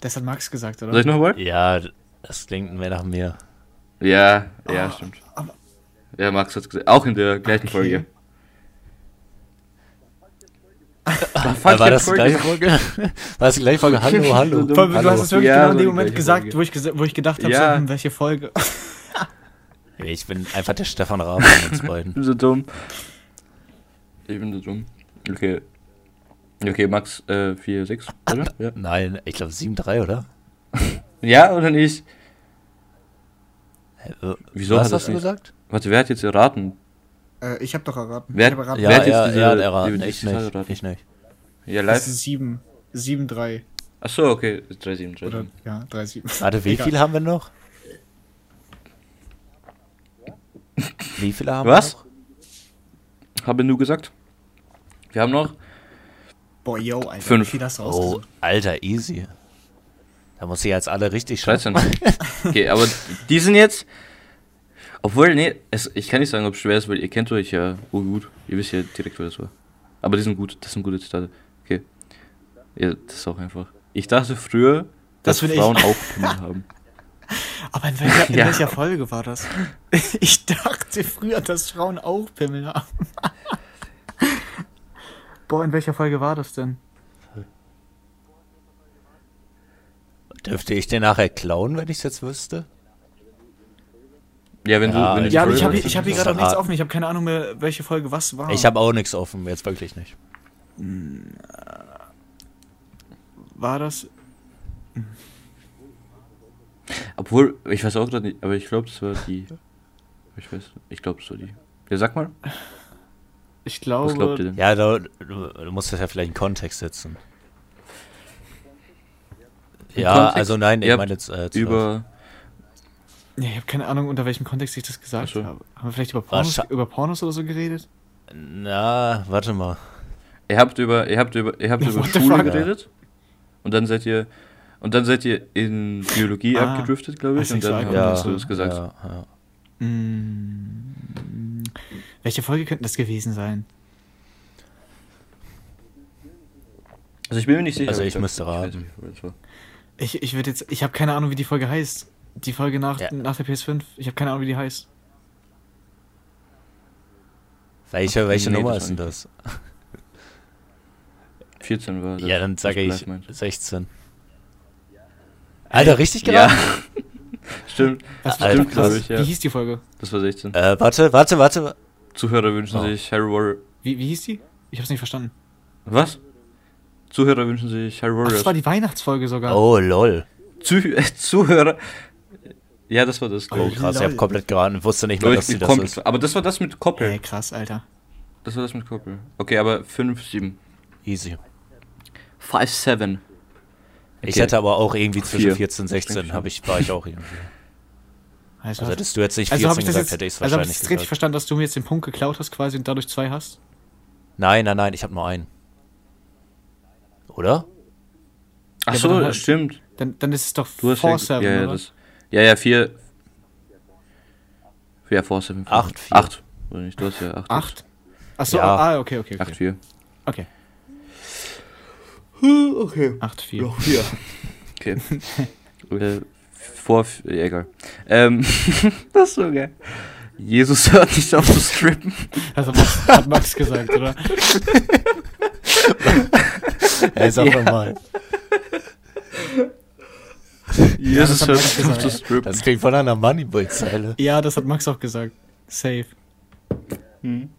das hat Max gesagt,
Soll
oder?
ich nochmal?
Ja, das klingt mehr nach mir.
Ja, ja, stimmt.
Ah, aber-
Ja, Max hat gesagt. Auch in der gleichen
Okay.
Folge. Ah,
War, das die gleiche Folge? War das die gleiche Folge? Hallo, hallo.
Vor allem,
hallo.
du hast es wirklich
Ja,
genau in
so die
dem Moment
gleiche
gesagt,
Folge.
wo ich, gesa- wo ich gedacht habe,
Ja.
so, hm, welche Folge.
Ich bin einfach der Stefan Raab von uns
Ich
beiden.
bin so dumm. Ich bin so dumm. Okay. Okay, Max, äh, 4, 6, oder? Ja.
Nein, ich glaube 7-3, oder?
ja, oder nicht?
Hä, äh,
Wieso hat
was
das
hast du
nicht?
gesagt?
Warte, wer hat jetzt erraten?
Äh, ich habe doch erraten.
Wer-
ich hab erraten.
Wer
Ja,
hat jetzt
er,
diese-
er hat erraten.
die-
Ich
die-
nicht.
erraten?
Ich nicht.
Ja,
Das
live.
ist 7. 7, 3.
Achso, okay. 3, 7, 3,
Oder,
7.
ja, 3, 7.
Warte, wie
Egal.
viele haben wir noch? Wie viele haben
Was?
wir noch?
Habe nur gesagt. Wir haben noch.
Boah, yo, Alter.
Fünf.
Wie viel hast du
Oh,
rausgesucht?
alter, easy. Da muss ich jetzt alle richtig
13.
schreiben.
okay, aber die sind jetzt. Obwohl, nee, es, ich kann nicht sagen, ob es schwer ist, weil ihr kennt euch ja gut. Ihr wisst ja direkt, wer das war. Aber die sind gut, das sind gute Zitate. Okay. Ja, das ist auch einfach. Ich dachte früher,
Das
dass
bin ich.
Frauen auch Pimmel haben.
Aber in welcher, in
Ja.
welcher Folge war das? Ich dachte früher, dass Frauen auch Pimmel haben. Boah, in welcher Folge war das denn?
Dürfte ich den nachher klauen, wenn ich es jetzt wüsste?
Ja, wenn du.
Ja,
Wenn du
ja,
Ja,
Früher
ich habe
warst,
ich
dann
hab hier
ist das-
gerade auch nichts offen. Ich habe keine Ahnung mehr, welche Folge was
Ah.
war.
Ich habe auch nichts offen, jetzt wirklich nicht.
war das
Obwohl, ich weiß auch gerade nicht, aber ich glaube, es war die. Ich weiß, ich glaube, es war die. Ja, sag mal,
Ich
was glaubt ihr
glaube,
denn?
Ja, da, du, du musst das ja vielleicht in Kontext setzen.
In
ja,
Kontext?
also nein, ich
Ja,
meine jetzt äh, zwölf.
Über.
ja, ich habe keine Ahnung, unter welchem Kontext ich das gesagt
Ach so.
habe. Haben wir vielleicht über
War
Pornos,
Ah, scha-
über Pornos oder so geredet?
Na, warte mal.
Ihr habt über, ihr habt über, ihr habt über
What the
Schule
fuck?
geredet. Und dann seid ihr. Und dann seid ihr in Biologie
Ah,
abgedriftet, glaube ich.
als
Und dann
Sexual- Ja,
hast du es gesagt.
Ja, ja.
Mm, welche Folge könnten das gewesen sein?
Also ich bin mir nicht sicher.
Also
ob
ich
das-
müsste
weiß
raten.
nicht, wo das war.
Ich, ich würde jetzt, ich habe keine Ahnung, wie die Folge heißt. Die Folge nach,
Ja.
nach der PS5. Ich habe keine Ahnung, wie die heißt.
Welche, welche
Nee,
Nummer
das
ist denn
war
das?
14 war das.
Ja, dann sage
was
ich
Black meint.
16. Alter, richtig
Ja.
geraten?
Stimmt,
Das
Alter,
stimmt,
krass.
glaube ich, ja.
Wie hieß die Folge?
Das war 16.
Äh, warte, warte, warte.
Zuhörer wünschen
Oh.
sich Harry Warrior.
Wie, wie hieß die? Ich habe es nicht verstanden.
Was? Zuhörer wünschen sich Harry
Ach,
Warriors.
das war die Weihnachtsfolge sogar.
Oh, lol.
Zuh äh, Zuhörer. Ja, das war das,
Oh,
glaube ich.
krass, ich
Lol.
habe komplett geraten. Wusste nicht mal,
Glaub
Oh,
ich
dass sie
mit
das
Koppel.
ist.
Aber das war das mit Koppel.
Ey, Äh, krass, Alter.
Das war das mit Koppel. Okay, aber 5, 7.
Easy.
5, 7.
Ich
Okay.
hätte aber auch irgendwie zwischen
Vier.
14 und 16 hab ich, war ich auch irgendwie.
Also,
Also hättest du jetzt nicht 14
also habe ich das
gesagt,
jetzt,
hätte ich es
also hab ich
wahrscheinlich
das richtig
gesagt.
verstanden, dass du mir jetzt den Punkt geklaut hast quasi und dadurch zwei hast?
Nein, nein, nein, ich habe nur einen. Oder?
Ach
Ja,
so,
aber dann-
stimmt.
Dann, dann ist es doch
Du hast ja-
4-7,
ja, ja,
oder?
das. Ja, ja, 4. Ja, 4, 7.
Acht, vier.
8. Oder nicht? Du hast ja 8.
Acht? Achso,
Ja.
ah, okay, okay,
8,
okay.
4.
Okay.
Okay.
Acht, vier.
Ja. Okay. äh, vor, ja, egal. Ähm, das ist so geil. Jesus hört nicht auf zu strippen.
Also Max, hat Max gesagt, oder?
Ey, sag doch mal.
Jesus
das hat
hört
Max
nicht auf
gesagt,
zu
ja.
strippen.
Das klingt von einer Moneyboy-Zeile.
Ja, das hat Max auch gesagt. Safe.
Ja,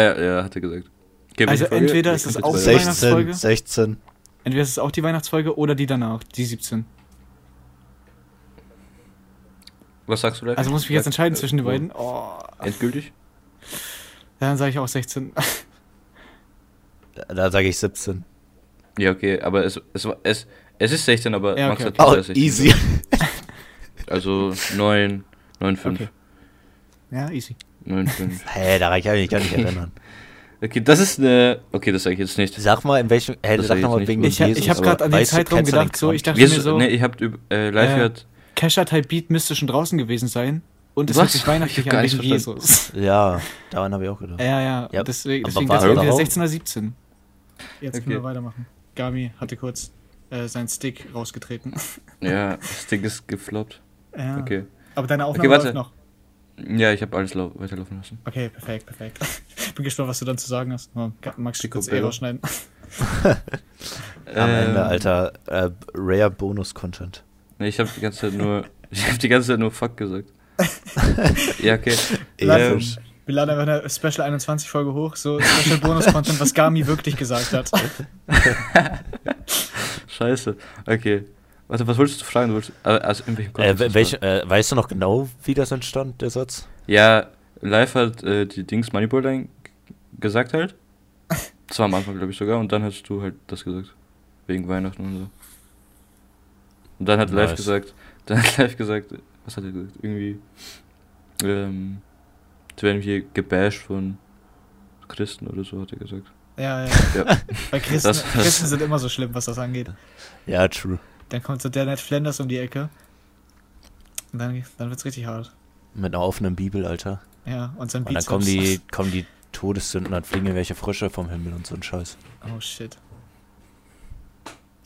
ja, ja, hat er gesagt. Okay,
Also
welche Folge?
entweder
Ich
ist
kann
es
jetzt
auch
weiter-
die Weihnachtsfolge?
16, 16.
Entweder ist es auch die Weihnachtsfolge oder die danach, die 17.
Was sagst du da?
Also muss ich mich jetzt entscheiden zwischen den
Äh,
beiden. Oh.
Endgültig?
Ja, dann sage ich auch 16.
Da sage ich 17.
Ja, okay, aber es, es, war- es, es ist 16, aber
Ja,
Max
okay.
hat
Oh,
gesagt, 16.
easy.
Also 9, 9, 5.
Okay. Ja, easy.
9, 5.
Hey, daran kann ich mich gar nicht erinnern.
Okay, das ist eine. Okay, das sage ich jetzt nicht.
Sag mal, in welchem. Hey,
Das
sag
sag
doch
ich
mal
jetzt
wegen
nicht.
dem
Ich, ha-
Jesus.
ich habe
aber
gerade an die
weißt du,
Zeitraum
kennst du den
gedacht, so, ich dachte mir
Jesus,
so,
nee, ich hab über. Äh, live
Äh,
gehört.
Keshat halb Beat müsste schon draußen gewesen sein und es
Was?
hört sich weihnachtlich
Ich hab gar
an
nicht
wegen
verstanden.
Jesus.
Ja, daran habe ich auch gedacht.
Ja, ja,
Ja,
deswegen,
aber warum?
deswegen das entweder
Warum?
16 oder 17. Jetzt
können wir Okay.
weitermachen. Gami hatte kurz äh, seinen Stick rausgetreten.
Ja, das Ding ist gefloppt.
ja.
Okay.
Aber deine
Aufnahme läuft warte.
noch.
Ja, ich habe alles lau weiterlaufen lassen.
Okay, perfekt, perfekt. Bin gespannt, was du dann zu sagen hast. Oh, Magst du
Dicke
kurz eh
Bilder.
rausschneiden?
Am
Ähm,
Ende, Alter. Äh, rare Bonus-Content.
Nee, ich habe die ganze Zeit nur. Ich habe die ganze Zeit nur Fuck gesagt. ja, okay.
Lass
Ähm,
uns. Wir laden einfach eine Special 21 Folge hoch, so Special Bonus Content, was Gami wirklich gesagt hat.
scheiße. Okay. Warte, was wolltest du fragen? Du wolltest, äh, also in welchem
Äh,
Kontext?
wel-
das
welche, äh, weißt du noch genau, wie das entstand, der Satz?
war? Ja, live hat äh, die Dings Moneyball Line gesagt halt. Das war am Anfang, glaube ich, sogar. Und dann hast du halt das gesagt. Wegen Weihnachten und so. Und dann hat live
Nice.
gesagt. Dann hat live gesagt. Was hat er gesagt? Irgendwie. Ähm. Jetzt werden wir gebasht von Christen oder so, hat er gesagt.
Ja, ja.
Ja.
Weil Christen,
Das- das-
Christen sind immer so schlimm, was das angeht.
Ja, true.
Dann kommt so der Ned Flanders um die Ecke. Und dann, dann wird's richtig hart.
Mit einer offenen Bibel, Alter.
Ja, und sein
Und dann
Bizeps.
kommen die, kommen die Todessünden, dann fliegen irgendwelche Frösche vom Himmel und so ein Scheiß.
Oh shit.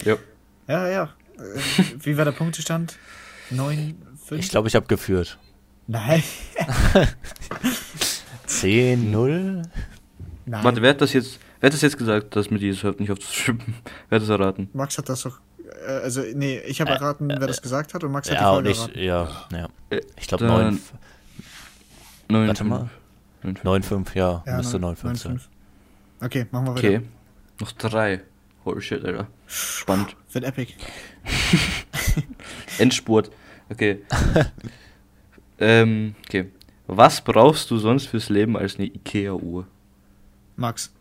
Ja.
Ja, ja. Äh, Wie war der Punktestand? 9, 5?
Ich glaube, ich habe geführt.
Nein.
10-0? Ah.
Nein.
Warte, wer hat das jetzt, wer hat das jetzt gesagt, dass mit Jesus hört nicht auf zu schippen? Wer hat das erraten?
Max hat das doch. äh, Also, nee, ich habe erraten, wer das gesagt hat und Max hat die
Ja, und
Folge
ich,
erraten.
ja, ja.
Äh,
Ich glaube,
dann-
9,
Neun,
warte mal.
fünf.
9-5, ja,
Ja,
müsste
neun-
9-5 sein.
neun, fünf. Okay, machen wir weiter.
Okay. Noch drei. Holy shit, Alter. Spannend.
Wird epic.
Endspurt. Okay. ähm, okay. Was brauchst du sonst fürs Leben als eine Ikea-Uhr?
Max.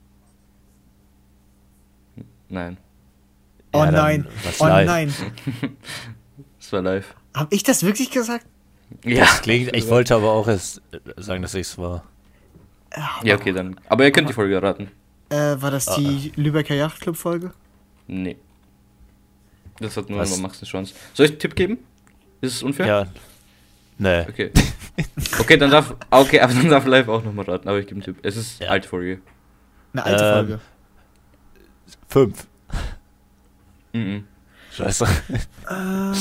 Nein,
Oh
Ja, dann
nein.
was
Oh
live.
nein.
das war live.
Hab ich das wirklich gesagt?
Ja,
Das klingt, ich wollte aber auch erst äh, sagen, dass ich es war.
ja okay, dann. Aber ihr könnt die Folge raten.
Äh, war
Ah,
das die Lübecker Yachtclub-Folge?
Nee. Das hat nur
Was?
noch Max eine Chance. Soll ich einen Tipp geben? Ist es unfair?
Ja. Nee.
Okay. Okay, dann darf. Okay, aber dann darf live auch nochmal raten, aber ich gebe einen Tipp. Es ist
Ja.
alte Folge.
Eine alte
Ähm,
Folge.
Fünf.
Mhm.
Scheiße.
Äh,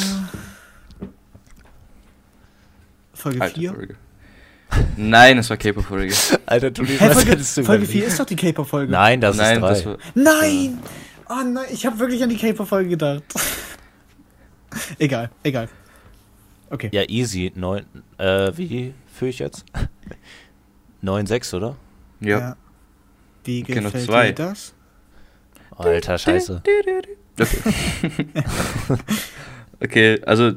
Folge
Alte
4?
Folge. Nein, es war K-Pop-Folge.
Alter, du
Hä,
was
Folge,
hättest du
Folge
überlegt?
4 ist doch die Caper-Folge.
Nein, das
Nein,
ist drei.
das war.
Nein! Oh nein, ich habe wirklich an die Caper-Folge gedacht. egal, egal. Okay.
ja, easy. Neun, äh, wie führe ich jetzt? Neun, sechs, oder?
Ja.
Wie
Okay, noch
gefällt
zwei.
dir das?
Alter, scheiße.
Okay, also.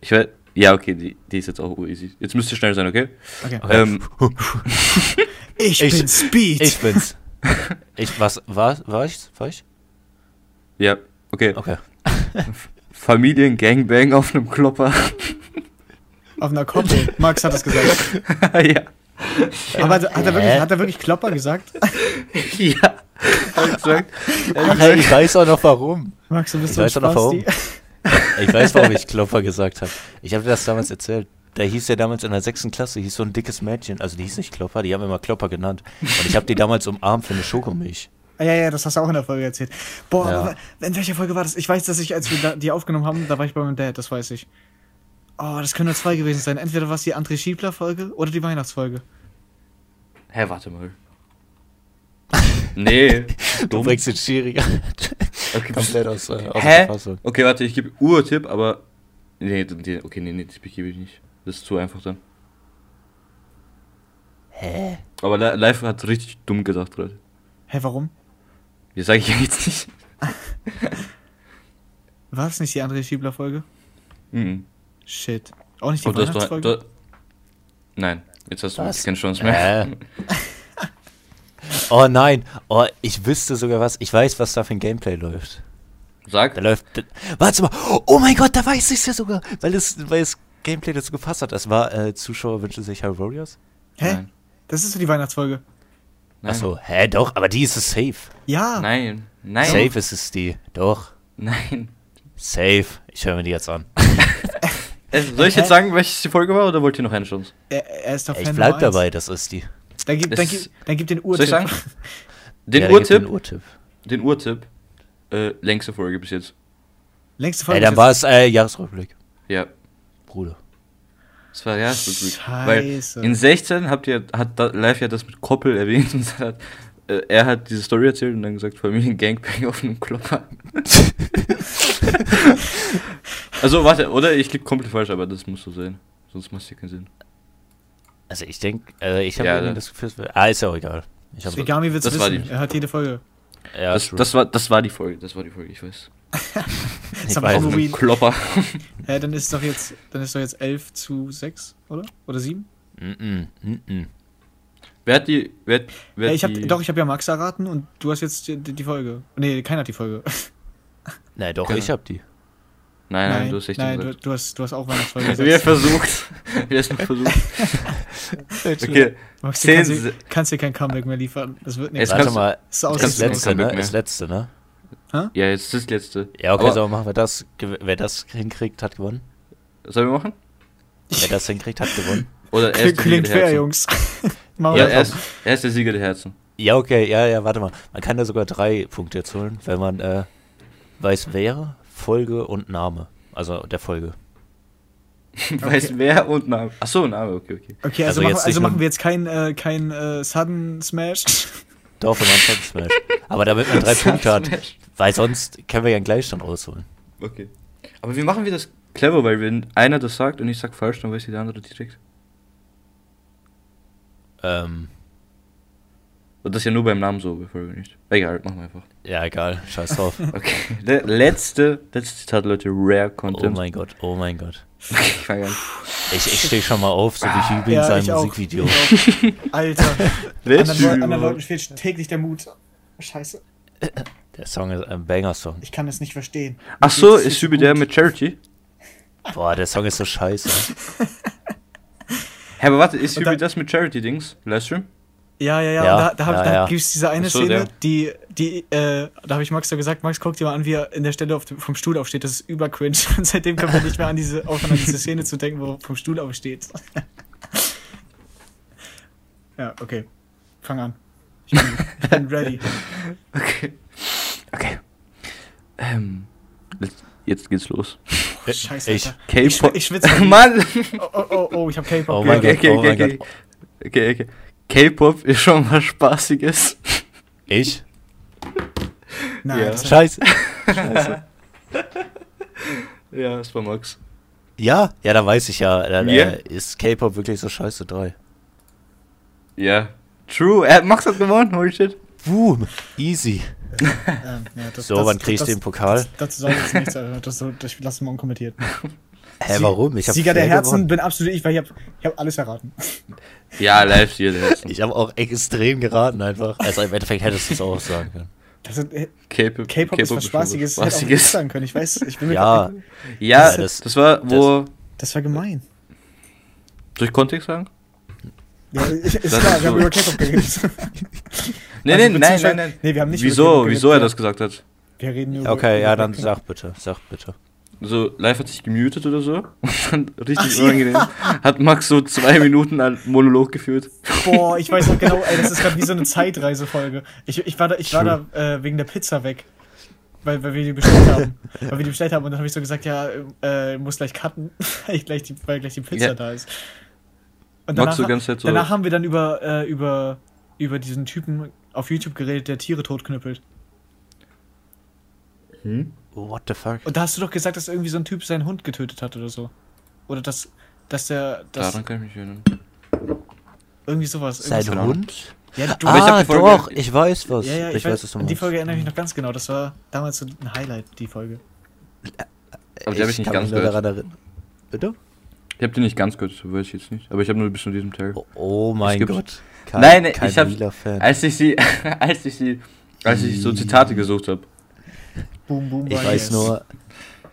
Ich weiß. Ja, okay, die, die ist jetzt auch easy. Jetzt müsst ihr schnell sein, okay?
Okay.
Ähm,
Ich,
Ich-
bin Speed.
Ich bin's. Ich, was, war, war ich? War ich?
ja, okay.
Okay.
Familien-Gangbang auf einem Klopper.
Auf einer Koppel. Max hat das gesagt.
ja.
Aber hat er, wirklich,
Hä?
hat er wirklich Klopper gesagt?
Ja. Hab ich gesagt.
Alter, ich weiß auch noch warum.
Max, du bist
Ich
so ein
weiß auch noch
Spasti.
Ich weiß, warum ich Klopfer gesagt habe. Ich habe dir das damals erzählt. Da hieß ja damals in der sechsten Klasse, hieß so ein dickes Mädchen. Also die hieß nicht Klopfer, die haben immer Klopper genannt. Und ich habe die damals umarmt für eine Schokomilch.
Ja, ja, das hast du auch in der Folge erzählt. Boah,
Ja.
aber in welcher Folge war das? Ich weiß, dass ich, als wir da, die aufgenommen haben, da war ich bei meinem Dad, das weiß ich. Oh, das können nur zwei gewesen sein. Entweder war es die André Schiebler-Folge oder die Weihnachtsfolge.
Hä, warte mal. Nee.
Du bringst den Schiri
Okay,
komplett aus, äh, aus der
Hä?
Fassung.
Okay, warte, ich gebe Uhr-Tipp, aber. Nee, den- den- okay, nee, nee, den gebe ich nicht. Das ist zu einfach dann.
Hä?
Aber Li- Live hat richtig dumm gedacht gerade.
Hä, warum?
Das sage ich ja jetzt nicht.
War es nicht die André Schiebler-Folge?
Mhm.
Shit. Auch nicht die
Und Oh, du hast doch.
Weihnachtsfolge?
du- Nein, jetzt hast du
Was?
keine Chance mehr.
Hä? Oh nein, oh, ich wüsste sogar was. Ich weiß, was da für ein Gameplay läuft.
Sag.
Da läuft. Warte mal. Oh mein Gott, da weiß ich's ja sogar. Weil es, weil das Gameplay dazu gepasst hat. Das war äh, Zuschauer wünschen sich High Warriors.
Hä?
Nein.
Das ist so die Weihnachtsfolge.
Nein.
Achso, hä, doch, aber die ist es safe.
Ja.
Nein. Nein.
Safe ist es die. Doch.
Nein.
Safe. Ich höre mir die jetzt an.
Äh, soll ich jetzt sagen, welches die Folge war oder wollt ihr noch eine Chance?
Er, er ist doch
Ich
Fan
bleib
Nummer eins.
dabei, das ist die.
Dann gib, dann
Es-
gib, dann gib den
Soll ich sagen?
Urtipp.
Den
Ja, da gibt's einen
Uhrtipp,
Urtipp.
den Uhrtipp, äh, längste Folge bis jetzt.
Längste Folge.
Ey, dann
bis
war es äh, Jahresrückblick.
Ja,
Bruder.
das war ja so gut. Weil
Scheiße.
in 16 habt ihr, hat da, live ja das mit Koppel erwähnt und hat, äh, er hat diese Story erzählt und dann gesagt, Familien Gangbang auf einem Klopper. also warte, oder ich lieg komplett falsch, aber das muss so sein. Sonst macht hier keinen Sinn.
Also ich denke, äh, ich habe
Ja,
irgendwie
das-
das Gefühl, es wär- ah, ist ja auch egal. Ich hab,
jetzt. Regami wird's
Das war
wissen.
die-
Er hat jede Folge.
ja,
Das,
true.
das, war, das war die Folge, das war die Folge, ich weiß.
ich
am
weiß
Auf einem
Halloween.
Klopper.
Hä, dann ist doch jetzt, dann ist doch jetzt 11 zu 6, oder? Oder 7?
Mm -mm, mm -mm.
wer hat die, wer, hat- wer
Ja,
hat
Äh, ich hab,
die,
doch, ich habe ja Max erraten und du hast jetzt die, die Folge. Nee, keiner hat die Folge.
Nein, doch,
Genau.
ich hab die.
Nein, nein, du hast 16
nein,
gesagt.
du, du, hast, du hast auch Weihnachtsfolge
Wer
gesagt.
versucht? Wer es noch versucht? Okay,
Max, du kannst,
Zehn-
dir- kannst dir kein Comeback mehr liefern. Das wird nichts.
Jetzt
Warte
kannst du-
mal,
Ist aus.
kannst
das
du-
letzte, ne?
Glück mehr.
Das letzte, ne?
ja, jetzt ist das letzte.
Ja, okay,
Aber,
so machen wir das. Ge- Wer das hinkriegt, hat gewonnen.
Sollen wir machen?
Wer das hinkriegt, hat gewonnen.
Oder er
Klingt,
ist der Sieger
klingt
der
fair,
Herzen.
Jungs. Machen
Ja,
wir
er
das.
ist, er ist der Sieger der Herzen.
Ja, okay, ja, ja, warte mal. Man kann da sogar drei Punkte jetzt holen, wenn man äh, weiß, wer, Folge und Name. Also der Folge.
Weiß wer und Name. Achso, Name, okay, okay.
Okay, also,
Also
machen,
jetzt
also
nicht
machen
nur-
wir jetzt kein, äh, kein äh, Sudden Smash.
Doch, wenn man Sudden Smash. Aber damit man drei Punkte hat, weil sonst können wir ja einen Gleichstand rausholen.
Okay. Aber wie machen wir das clever? Weil wenn einer das sagt und ich sag falsch, dann weiß ich der andere direkt.
Ähm,
Und das ist ja nur beim Namen so, bevor wir nicht. Egal, machen wir einfach.
Ja, egal. Scheiß drauf.
Okay. Der letzte, letzte Zitat, Leute, Rare
Oh
Content.
mein Gott, oh mein Gott.
ich fange an.
Ich, ich stehe schon mal auf, so wie Hübi in
Ah, Ja,
seinem
ich auch.
Musikvideo.
Ich auch. Alter. anderen, Leu- anderen Leuten
Letzte.
fehlt täglich der Mut. Scheiße,
Der Song ist ein Banger-Song.
ich kann das nicht verstehen.
Ach so,
Jetzt
ist
so
Hübi der
gut.
mit Charity?
Boah, der Song ist so scheiße.
Hä, aber warte, ist
Und da-
Hübi das mit Charity-Dings? Livestream?
Ja, ja, ja.
Ja,
und da da, hab-
ja,
da
ja.
gibt's diese eine
Ach so,
Szene,
der.
die, die, äh, da habe ich Max so gesagt, Max, guck dir mal an, wie er in der Stelle auf dem, vom Stuhl aufsteht. Das ist über cringe. Und seitdem kommen wir nicht mehr an diese, auf an diese Szene zu denken, wo er vom Stuhl aufsteht. ja, okay. Fang an. Ich bin, ich bin ready.
Okay. Okay. Ähm. Jetzt, jetzt geht's los.
Scheiße,
Ich-
Alter. Ich, schw-
K-Pop.
ich schwitze.
Mann!
Oh, oh, oh, oh, ich habe K-Pop.
Oh mein
gehört.
Okay, okay,
Gott, oh mein
okay, okay. Okay, okay. K-Pop ist schon was Spaßiges.
Ich?
Nein, äh,
Ja.
Alter.
Scheiße.
Also. Ja, das war Max.
Ja, ja, da weiß ich ja. Da,
Ja.
äh, ist K-Pop wirklich so scheiße? Drei.
Ja. True. Er, Max hat gewonnen, holy shit.
Boom. Easy.
Ähm, ja, das-
So,
das-
wann krieg ich
das-
den Pokal?
das- Dazu sage ich jetzt nichts, Alter. Das, so- das, ich lasse es mal unkommentiert.
Hä,
Sie-
warum? Ich hab
Sieger der
fair
Herzen
gewonnen.
bin absolut ich, weil ich habe ich hab alles erraten.
Ja, live hier der
Ich habe auch extrem geraten einfach. Also im Endeffekt hättest du es auch sagen können.
Das sind, äh,
K-Pop
K-Pop ist was Spaßiges. Das hätte auch nicht
Spaßiges.
sagen können. Ich weiß, ich bin mit
Ja,
Ja, das,
Ja, das-
das war, wo.
Das war gemein.
Soll ich Kontext sagen?
Ja, ich, ist
Das
klar,
ist so.
wir haben über K-Pop geredet.
Nee, nee,
Also,
nein, nein,
beziehungsweise-
nein.
Nee, wir haben nicht über
Wieso,
K-Pop
wieso er
geredet.
das gesagt hat?
Wir reden nur über
okay, ja, dann
Blackpink.
sag bitte, sag bitte.
So, live hat sich gemutet oder so. Und dann richtig unangenehm. Hat Max so zwei Minuten einen Monolog geführt.
Boah, ich weiß noch genau, ey, das ist gerade wie so eine Zeitreisefolge. Ich, ich war da, ich war da äh, wegen der Pizza weg. Weil, weil wir die bestellt haben. Weil wir die bestellt haben und dann habe ich so gesagt, ja, äh, muss gleich cutten, weil, ich gleich die, weil gleich die Pizza
Ja.
da ist.
Max
Und danach,
so die ganze Zeit so.
danach haben wir dann über, äh, über, über diesen Typen auf YouTube geredet, der Tiere totknüppelt.
Hm?
What the fuck?
Und da hast du doch gesagt, dass irgendwie so ein Typ seinen Hund getötet hat oder so. Oder dass, dass der, dass
Daran kann ich mich erinnern.
irgendwie sowas. Irgendwie
Sein
so,
keine Ahnung.
Hund?
ja, du,
Aber ich hab
ah,
die Folge-
doch, ich weiß was.
ja, ja, ich,
ich weiß, was du
an die
meinst.
Folge erinnere ich mich noch ganz genau. Das war damals so ein Highlight, die Folge.
Aber Oh, die habe ich nicht
kann
ganz
mich nur
gehört.
daran erinnern. Bitte?
Ich habe die nicht ganz gehört, das weiß ich jetzt nicht. Aber ich habe nur bis zu diesem Teil.
Oh, oh mein
gibt-
Gott. Kein,
Nein, nee,
kein
ich hab-
Lila-Fan.
Als ich sie, als ich sie, als ich so
Mm.
Zitate gesucht habe.
Boom, boom,
Ich
bye,
weiß
yes.
nur,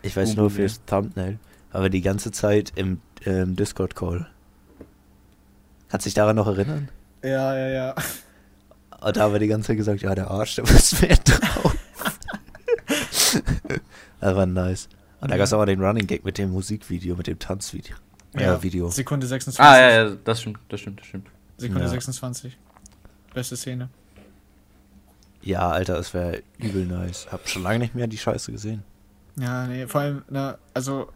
ich weiß
Boom,
nur
boom,
fürs Thumbnail, aber die ganze Zeit im ähm, Discord-Call. Kannst dich daran noch erinnern?
Ja, ja, ja.
Und da haben wir die ganze Zeit gesagt, ja, der Arsch, der muss mehr drauf. das war nice. Und da gab es auch mal den Running Gag mit dem Musikvideo, mit dem Tanzvideo. Ja, Video.
Sekunde 26.
Ah, ja, ja, das stimmt, das stimmt, das stimmt.
Sekunde
Ja.
26. Beste Szene.
Ja, Alter, das wäre übel nice. Hab schon lange nicht mehr die Scheiße gesehen.
Ja, nee, vor allem, na, also,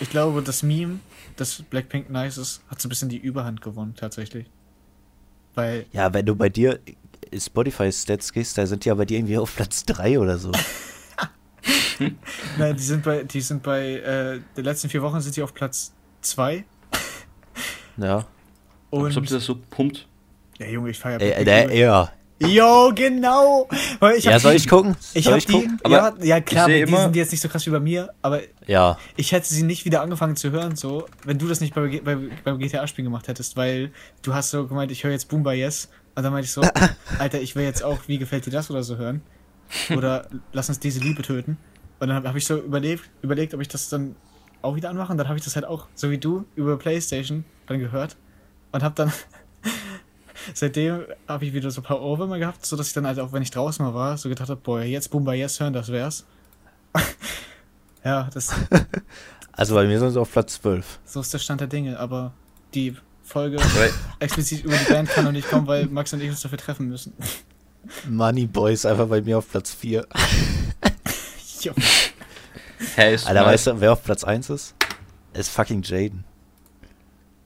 ich glaube, das Meme, das Blackpink nice ist, hat so ein bisschen die Überhand gewonnen, tatsächlich. Weil,
Ja, wenn du bei dir Spotify-Stats gehst, da sind die ja bei dir irgendwie auf Platz 3 oder so.
na, die sind bei, die sind bei, äh, den letzten vier Wochen sind die auf Platz 2.
Ja.
Als ob sie
Und,
das so pumpt.
ja, Junge, ich feier
Ey,
Blackpink
äh, der,
übel.
ja.
Yo, genau! Weil Ich hab
Ja, soll
die-
ich gucken?
Ich
soll
habe
ich
die,
gucken?
Aber
ja, ja klar,
ich seh
bei die
immer-
sind jetzt nicht so krass wie bei mir, aber
Ja.
ich hätte sie nicht wieder angefangen zu hören, so, wenn du das nicht bei, bei, beim GTA-Spielen gemacht hättest, weil du hast so gemeint, ich höre jetzt Boom by Yes und dann meinte ich so, Alter, ich will jetzt auch, wie gefällt dir das oder so hören oder lass uns diese Liebe töten und dann habe hab ich so überlegt, überlegt, ob ich das dann auch wieder anmache und dann habe ich das halt auch, so wie du, über Playstation dann gehört und habe dann seitdem habe ich wieder so ein paar Ohrwürmer gehabt, sodass ich dann halt auch, wenn ich draußen mal war, so gedacht habe, boah, jetzt Boom by Yes hören, das wär's. ja, das,
Also bei mir sind sie auf Platz 12.
so ist der Stand der Dinge, aber die Folge
Weil-
explizit über die Band kann noch nicht kommen, weil Max und ich uns dafür treffen müssen.
Money Boys einfach bei mir auf Platz 4.
Jo.
Hey, ist
Alter,
mal
weißt du, wer auf Platz 1 ist? Ist fucking Jaden.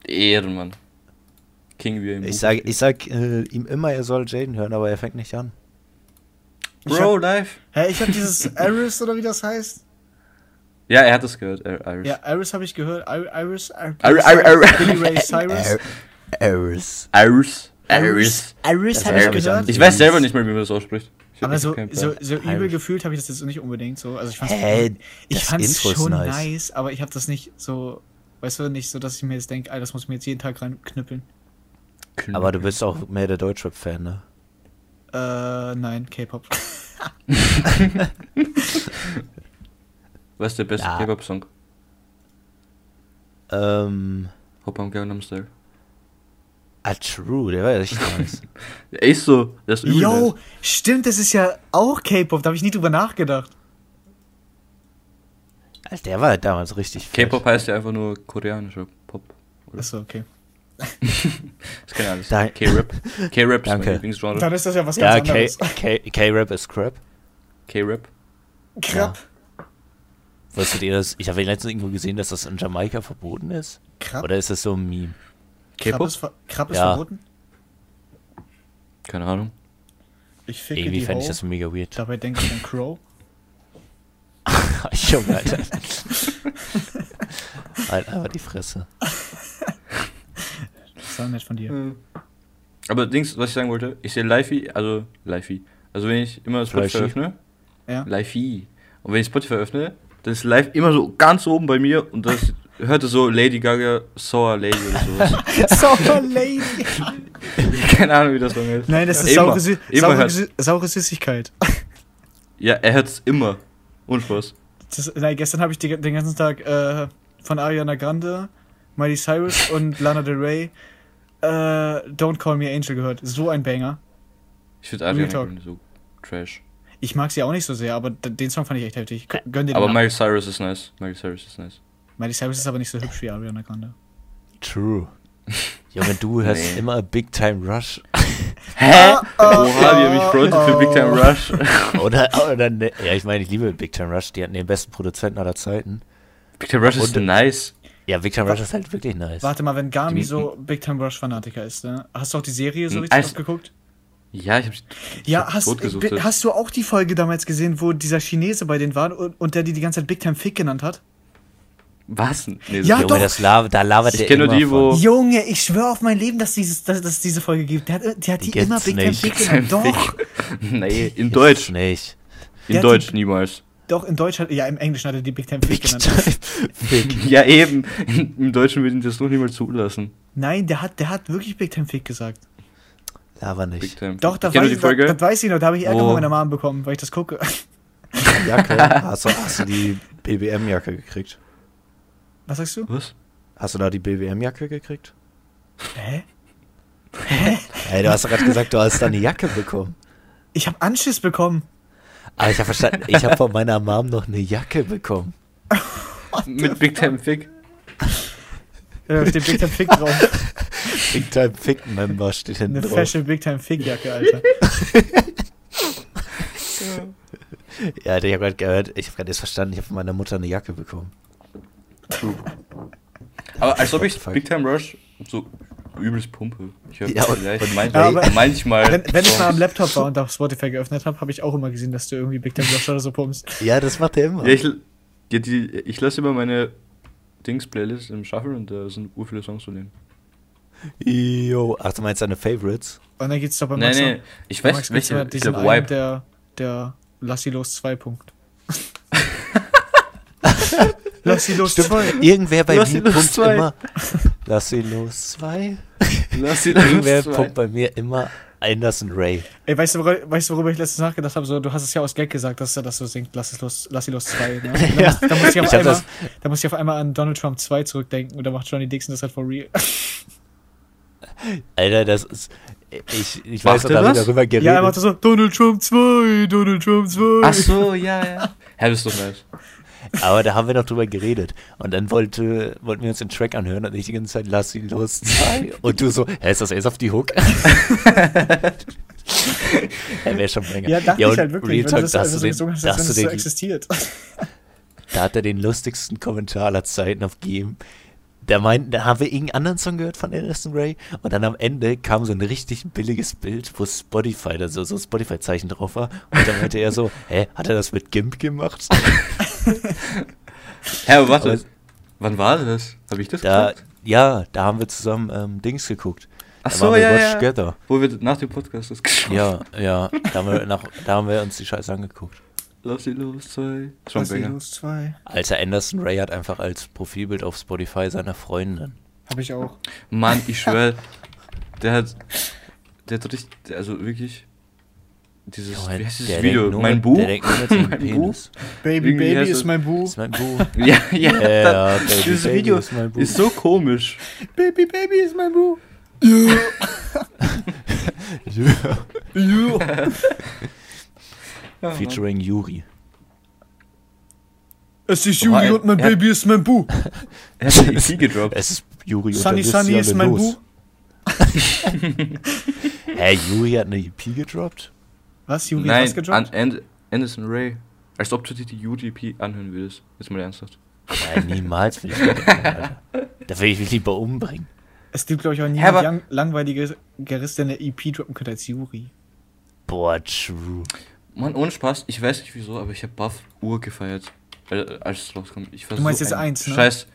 Ehrenmann. King wie im
Ich
Buch.
sag, ich sag äh, ihm immer, er soll Jaden hören, aber er fängt nicht an.
Bro, live.
Hä, ich habe dieses Iris oder wie das heißt?
Ja, er hat das gehört, Ir- Iris.
Ja, Iris habe ich gehört. Ir- Iris, Iris,
Ir- Ir- Ir-
Billy Ray Cyrus.
Eris.
Iris. Iris.
Iris
hab ich hab
habe ich
ich
gehört.
gehört.
Ich weiß selber nicht mehr, wie man das ausspricht. Ich hab
Aber
echt
so,
keinen
so,
Plan.
so übel
Irish.
gefühlt habe ich das jetzt nicht unbedingt so. Also ich fand's,
Hä,
ich
das
fand's
Intro ist
schon
nice.
nice. aber ich habe das nicht so, weißt du, nicht so, dass ich mir jetzt denke, das muss ich mir jetzt jeden Tag reinknüppeln.
Aber du bist auch mehr der Deutschrap-Fan, ne?
Äh, nein, K-Pop.
Was ist der beste
Ja.
K-Pop-Song?
Ähm,
Hop am Gangnam Style.
ah, true, der war ja richtig nice.
Echt so, das ist übel.
Yo,
nice.
stimmt, das ist ja auch K-Pop, da habe ich nie drüber nachgedacht.
Alter, der war ja damals richtig fett.
K-Pop heißt ja einfach nur koreanischer Pop. Oder?
Achso, okay.
Das kann ja alles.
Dank-
K-Rap. K-Rap ist mein
Danke.
Lieblingsgenre.
Dann ist das ja was
Ja,
ganz
K-
anderes.
K- K-Rap ist Crap.
K-Rap.
Krab.
Wusstet ihr das? Ich habe letztens irgendwo gesehen, dass das in Jamaika verboten ist.
Krab?
Oder ist das so ein Meme?
Krab
K-Pop?
ist, ver Krab ist
Ja.
verboten?
Keine Ahnung.
Ich ficke
Irgendwie
die
fände ich
Ho.
das mega weird.
Dabei denke ich an Crow.
Junge, Alter. halt einfach die Fresse.
Das war nett von dir.
Mhm. Aber Dings, was ich sagen wollte, ich sehe Live, also Live. Also wenn ich immer Spotify
Livey.
öffne,
Ja.
Live. Und wenn ich Spotify öffne, dann ist Live immer so ganz oben bei mir und das hörte so Lady Gaga, Sour Lady oder sowas.
Sour Lady.
Keine Ahnung, wie das Song ist.
Nein, das ist
Immer.
saure, Sü
Immer halt. hört-
saure, Sü saure Süßigkeit.
Ja, er hört es immer. Unspaß.
Das, nein, gestern habe ich die, den ganzen Tag äh, von Ariana Grande, Miley Cyrus und Lana Del Rey äh, Don't Call Me Angel gehört. So ein Banger.
Ich finde Ariana
Real Talk.
Grande so trash.
Ich mag sie auch nicht so sehr, aber d- den Song fand ich echt heftig. Gön- Gönn dir
Aber
den. ab.
Miley Cyrus ist nice. Miley Cyrus ist nice.
Miley Cyrus ist aber nicht so hübsch wie Ariana Grande.
True. Junge, du hörst
Nee.
immer Big Time Rush.
Hä?
oh,
Oha, wie hab ich
oh,
Fronted für Big Time Rush.
Oder, oder ne, ja, ich meine, ich liebe Big Time Rush. Die hatten den besten Produzenten aller Zeiten.
Big Time Rush ist
Und-
nice.
Ja, Big Time Rush ist halt wirklich nice.
Warte mal, wenn Gami
Die-
so Big Time Rush Fanatiker ist, ne? Hast du auch die Serie so
Hm,
richtig
also-
ausgeguckt?
Ja, ich hab
Ja,
hab
hast,
Tod gesucht,
bi-
ja.
hast du auch die Folge damals gesehen, wo dieser Chinese bei denen war und, und der die die ganze Zeit Big Time Fick genannt hat?
Was? Nee,
Ja,
Junge,
doch.
das lava, da labert
Ich
der
kenn nur
immer
die, wo-
von.
Junge, ich schwöre auf mein Leben, dass, dieses, dass, dass es diese Folge gibt. Der hat, der hat die
Gibt's
immer Big
nicht.
Time Big genannt. Doch,
nee, in
Jetzt
Deutsch.
nicht.
In
Der hat
Deutsch
die-
niemals.
doch, in Deutsch hat, ja, im Englischen hat er die Big Time Big
Big
genannt.
Time Big.
Ja, eben. Im Deutschen würden die das noch niemals zulassen.
Nein, der hat, der hat wirklich Big Time Fick gesagt.
Laber
Big
nicht.
Time.
Doch, da
ich kenne
weiß,
die
ich- da,
Folge. Oh.
das weiß ich noch, da habe ich Ärger
Wo-
von meiner Mom bekommen, weil ich das gucke.
Jacke. Hast du, hast du die BBM-Jacke gekriegt?
Was sagst du?
Was?
Hast du da die BBM-Jacke gekriegt?
Hä?
Ey, du hast doch gerade gesagt, du hast da eine Jacke bekommen.
Ich habe Anschiss bekommen.
Aber ich habe verstanden, ich habe von meiner Mom noch eine Jacke bekommen.
Mit Big Time Fick.
Ja, Da steht Big Time Fick drauf.
Big Time Fick Member steht hinten
Eine
drauf.
Fashion Big Time Fick Jacke, Alter.
Ja, Alter, ich habe gerade gehört, ich habe gerade erst verstanden, ich habe von meiner Mutter eine Jacke bekommen.
Aber als ob ich
Fuck.
Big Time Rush so übelst pumpe. Ich höre
Ja, und-
vielleicht
und-
manchmal.
Ja, aber-
manchmal
Wenn, wenn ich mal am
Songs.
Laptop war und auf Spotify geöffnet habe, habe ich auch immer gesehen, dass du irgendwie Big Time Rush oder so pumpst.
Ja, das macht er immer.
ja, ich, ja, die, ich lasse immer meine Dings-Playlist im Shuffle und da sind ur viele Songs zu nehmen.
Yo, ach, du meinst deine Favorites?
Und dann geht's doch bei
Nein,
Max halt
nee, ich weiß welche. Ich
Diesen
glaube,
einen,
Wipe.
der, der Lass sie los 2 Punkt. Lass sie los 2.
Irgendwer bei
Lass
mir
sie los,
pumpt
zwei.
immer. Lass sie los, zwei.
Lass sie
Irgendwer
los, zwei.
pumpt bei mir immer Anderson Ray.
Ey, weißt du, worüber, weißt du, worüber ich letztens nachgedacht habe? So, du hast es ja aus Gag gesagt, dass er das so singt. Lass, es los, lass sie los 2. Ne? Da,
Ja.
muss, da, muss ich
Ich
auf
hab
einmal,
das-
da muss ich auf einmal an Donald Trump 2 zurückdenken und da macht Johnny Dixon das halt for real.
Alter, das ist. Ich, ich
Macht
weiß, noch,
er
da haben wir
das?
darüber geredet.
ja, er macht so: Donald Trump 2, Donald Trump 2.
Ach so, ja, ja. Ja, das ist doch nice.
Aber da haben wir noch drüber geredet. Und dann wollte, wollten wir uns den Track anhören und ich die ganze Zeit, lass ihn los. zwei. Und du so, hä, ist das erst auf die Hook? er wäre schon länger.
Ja, dachte
und
ich halt
Real
wirklich, wenn du
Talk,
das
da, hast
also
du
so
den,
gesungen hast,
da,
als
hast du
wenn es so
den,
existiert.
da hat er den lustigsten Kommentar aller Zeiten aufgegeben. Da, meinten, da haben wir irgendeinen anderen Song gehört von Anderson Ray und dann am Ende kam so ein richtig billiges Bild, wo Spotify, da so, so ein Spotify-Zeichen drauf war und dann meinte er so, hä, hat er das mit Gimp gemacht?
Hä, aber warte.
Aber-
wann war das? Habe ich das
Da,
gesagt?
ja, da haben wir zusammen ähm, Dings geguckt.
Ach
Da
so,
waren wir
ja,
Watch
ja.
Together.
Wo wir nach dem Podcast das geschaut haben.
Ja, ja. Da haben, wir nach, da haben wir uns die Scheiße angeguckt.
Lass sie los, zwei.
Was ist
Schon
los? Zwei.
Alter, Anderson Ray hat einfach als Profilbild auf Spotify seiner Freundin.
Hab ich auch.
Mann, ich schwöre, der hat. Der hat richtig. der- Also wirklich. Dieses.
Johann,
wie heißt dieses
der
Video?
denkt nur
Mein
mit-
Buch?
Der denkt nur mit seinem
Mein
Penis.
Baby,
Irgendwie heißt
Baby
es-
ist mein Bu.
Ist mein Buch.
Ja, ja.
Ja,
das-
Baby,
dieses
Baby
Video
ist mein Buch.
ist so komisch.
Baby, Baby ist mein Bu. ne?
Featuring Yuri.
Es ist
Wobei,
Juli und mein
ja.
Baby ist mein Bu.
Er hat eine EP gedroppt.
Es ist Yuri und
Sunny
dann wisst
Sunny
ihr
ist
alle
mein
los.
Bu.
Hä, Yuri hat eine EP gedroppt?
Was? Juli hat
Nein,
was
an,
gedroppt?
And, Anderson Ray. Als ob du dir die UDP anhören würdest. Jetzt mal ernsthaft.
Nein, niemals will ich mir das anhören, Alter. Da will ich mich lieber umbringen.
Es gibt, glaube ich, auch
Hä, aber-
niemand lang langweiligeres, der eine EP droppen könnte als Juri.
Boah, true.
Mann, ohne Spaß, ich weiß nicht wieso, aber ich habe Buff Uhr gefeiert. Äh, als es rauskommt. Ich war
Du meinst
so
jetzt
ein
eins, ne?
Scheiß,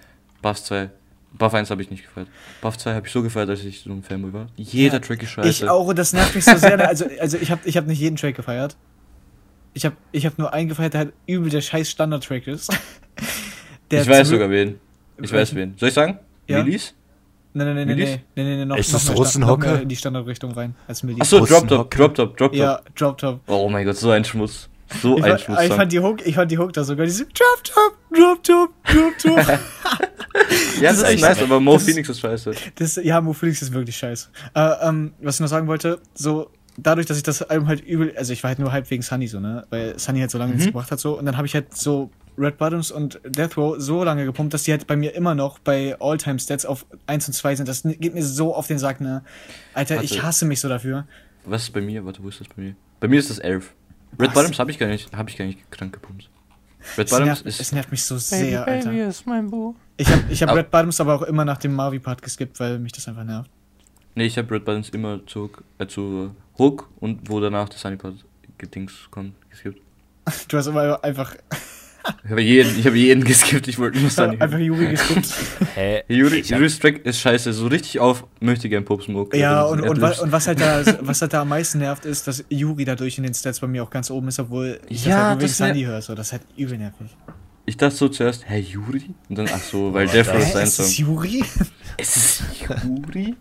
Buff 2. Buff 1 habe ich nicht gefeiert. Buff 2 habe ich so gefeiert, als ich so ein Fanboy war. Jeder Track ist scheiße.
Ich auch, und das nervt mich so sehr. ne? Also, also ich habe ich hab nicht jeden Track gefeiert. Ich habe ich hab nur einen gefeiert, der halt übel der scheiß Standard-Track ist. Der
ich weiß
zum-
sogar wen. Ich weiß
Welchen?
wen. Soll ich sagen?
Ja.
Release?
Nein, nein, nein, nein,
Millis?
nein, nein, nein, noch,
Ist
noch
das
mehr Sta-
Russenhocke?
noch mehr in die Standardrichtung rein, als Milli.
Achso, Drop Top,
Russenhocke.
Drop Top, Drop Top.
Ja, Drop Top.
Oh mein Gott, so ein Schmutz.
Oh,
So
Ich,
ein
fand- ah,
Schmutz.
ich, fand die Hook, ich fand die Hook da sogar, diese Drop Top, Drop Top, Drop Top.
ja, das
das
ist
ist
nice,
echt-
aber Mo
das-
Phoenix ist scheiße.
Das, ja, Mo Felix ist wirklich scheiße. Äh, ähm, was ich noch sagen wollte, so dadurch, dass ich das Album halt übel, also ich war halt nur halb wegen Sunny so, ne, weil Sunny halt so lange nichts
Mhm.
gebracht hat so und dann habe ich halt so Red Buttons und Death Row so lange gepumpt, dass die halt bei mir immer noch bei All-Time Stats auf 1 und 2 sind. Das geht mir so auf den Sack, ne. Alter, ich
Warte.
hasse mich so dafür.
Was ist bei mir? Warte, wo ist das bei mir? Bei mir ist das 11. Red
Was?
Bottoms habe ich gar nicht, habe ich gar nicht krank gepumpt. Red
Es
Bottoms
nervt,
ist
es nervt mich so sehr, Alter.
ist mein Buch.
Ich habe ich hab
Aber-
Red Bottoms aber auch immer nach dem Marvi-Part geskippt, weil mich das einfach nervt.
Nee, ich habe Red Buttons immer zu, äh, zu Hook und wo danach das Honeypot Dings kommt, geskippt.
Du hast immer einfach,
Ich habe jeden, ich habe jeden geskippt, ich wollte nur Sunny.
einfach Juri geskippt.
Hä?
Yuri,
Ich hab-
Yuri's Track ist scheiße, so richtig auf möchte gern Pop Smoke.
Ja,
Also,
und,
er
und, wa-
löst-
und was, halt da, was halt da am meisten nervt, ist, dass Juri dadurch in den Stats bei mir auch ganz oben ist, obwohl ich
Ja,
das halt nur wegen
das ner-
Sandy höre. So. Das ist halt übel nervig.
ich dachte so zuerst, hä, Yuri? Und dann, ach so, weil Death
das-
Row ist
Hä,
sein
ist das
Song.
Juri?
Es ist Yuri?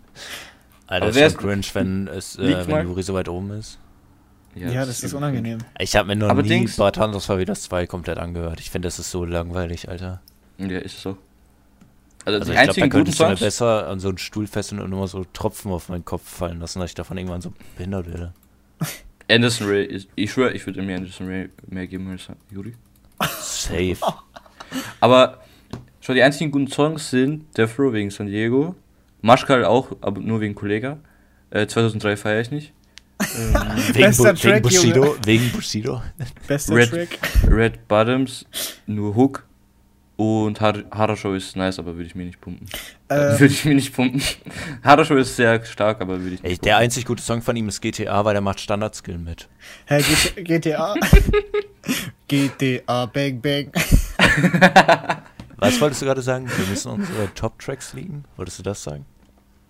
Alter,
Aber
ist
wer
schon cringe, wenn, es,
Liegt
äh,
mal.
wenn Juri so weit oben ist.
Ja, das ist unangenehm.
Ich habe mir noch
Aber
nie
Dings-
Bartan, das war wieder 2 komplett angehört. Ich finde, das ist so langweilig, Alter.
Ja, ist es auch. Also, die
Also ich glaube, da
einzigen guten
könntest du mir
Songs.
besser an so einen Stuhl fesseln und immer so Tropfen auf meinen Kopf fallen lassen, dass ich davon irgendwann so behindert werde.
Anderson Ray ist. Ich schwöre, ich würde mir Anderson Ray mehr geben als Yuri.
Safe.
Aber schon die einzigen guten Songs sind Death Row wegen San Diego, Maschkal auch, aber nur wegen Kollega. Äh, 2003 feiere ich nicht. Ähm,
wegen, Bu
Bester
wegen
Track,
Bushido. Wegen Bushido.
Bester
Red-
Track.
Red Bottoms, nur Hook. Und Har Harashow ist nice, aber würde ich mir nicht pumpen.
Äh,
Würde ich mir nicht pumpen. Harashow ist sehr stark, aber würde ich
Ey,
nicht
der
pumpen.
einzig gute Song von ihm ist GTA, weil der macht Standardskill mit.
Hä, G- GTA? GTA, Bang Bang.
Was wolltest du gerade sagen? Wir müssen unsere Top-Tracks liegen? Wolltest du das sagen?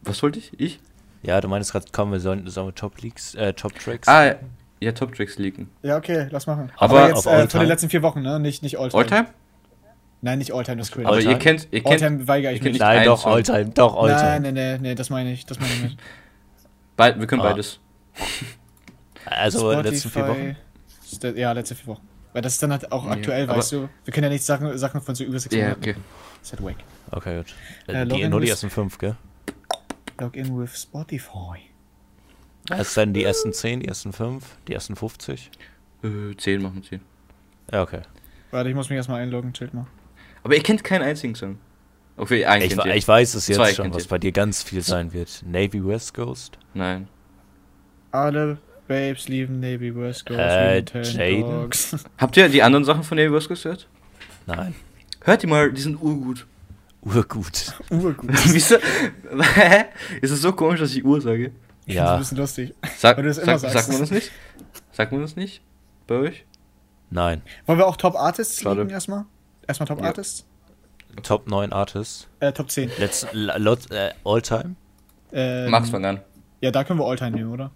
Was wollte ich? Ich?
Ja, du meinst gerade, komm, wir sollen, sollen wir Top-Leaks, äh, Top-Tracks.
Ah, ja, ja, Top Tracks leaken.
Ja, okay, lass machen.
Aber
Aber,
auf
jetzt
All
äh, von
Time?
den letzten vier Wochen, ne? Nicht, nicht Alltime.
Alltime?
Nein, nicht Alltime, das ist
Aber
cringe.
Alltime?
ihr kennt, ihr kennt
Alltime weigere ich
ihr kennt
mich.
nicht
Nein,
einen
doch,
Song.
Alltime, doch, Alltime.
Nein, nein, nein, nein, das meine ich, das meine ich nicht.
Beid- wir können
Ah.
beides.
Also, in den letzten vier Wochen.
Sta- Ja, letzte vier Wochen. Weil das ist dann halt auch
Ja,
aktuell,
aber-
weißt du. Wir können ja nicht Sachen, Sachen von so über 600.
Ja, okay.
Ist halt wack.
Okay, gut.
Äh,
die,
Login
nur die
ist-
ersten fünf, gell?
Login with Spotify.
Das sind Also die ersten 10, die ersten 5, die ersten 50.
Äh, 10 machen wir 10.
Ja, okay.
Warte, ich muss mich erstmal einloggen, chillt mal.
Aber ihr kennt keinen einzigen Song. Okay, einen
Ich,
kennt
we-
ihr.
ich weiß es jetzt
Zwei
schon,
kennt
was
ihr.
bei dir ganz viel sein wird. Navy West Coast,
Nein.
Alle Babes lieben Navy West Girls.
Äh,
lieben Tan
Jaden?
Dogs.
Habt ihr die anderen Sachen von Navy West gehört?
nein,
Hört die mal, die sind urgut.
urgut.
Urgut.
Wisst ihr? Hä? Ist es so komisch, dass ich Ur sage?
Ich find's ein
Ja,
bisschen lustig.
Sag,
Weil du das
sag,
immer
sagt
sagst.
man das nicht? Sagt man das nicht? Bei euch?
nein.
Wollen wir auch Top Artists
Schade.
liegen erstmal? Erstmal Top
Ja.
Artists?
Top 9 Artists.
Äh, Top 10.
Letz, la- lot, äh, all time?
Ähm,
Max, fang an.
Ja, da können wir Alltime nehmen, oder?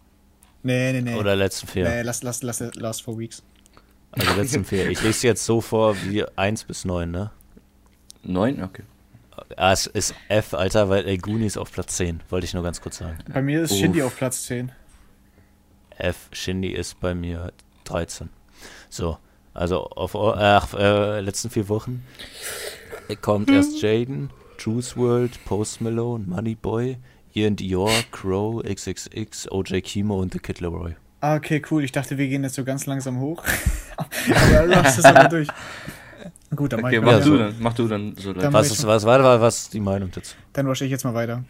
Nee, nee, nee.
Oder letzten vier.
Nee, lass, lass, lass, last four weeks.
Also letzten vier. Ich lese sie jetzt so vor wie 1 bis 9, ne?
Neun? Okay.
Ah, es ist F, Alter, weil El Goonies auf Platz 10, wollte ich nur ganz kurz sagen.
Bei mir ist
Uff.
Shindy auf Platz 10.
F, Shindy ist bei mir 13. So, also auf eu- ach, äh, letzten vier Wochen kommt
Mhm.
erst Jaden, Juice World, Post Malone, Money Boy, Ian Dior, Crow, XXX, OJ Kimo und The Kid Leroy.
Ah, okay, cool. Ich dachte, wir gehen jetzt so ganz langsam hoch. Aber lass es aber durch. Gut, dann, mach
Okay,
ich
mach
mal
du
Ja,
weiter.
so.
dann. Mach du dann so
Dann-
Leute.
Was ist, was, warte, warte, was ist die Meinung dazu?
dann rushe ich jetzt mal weiter.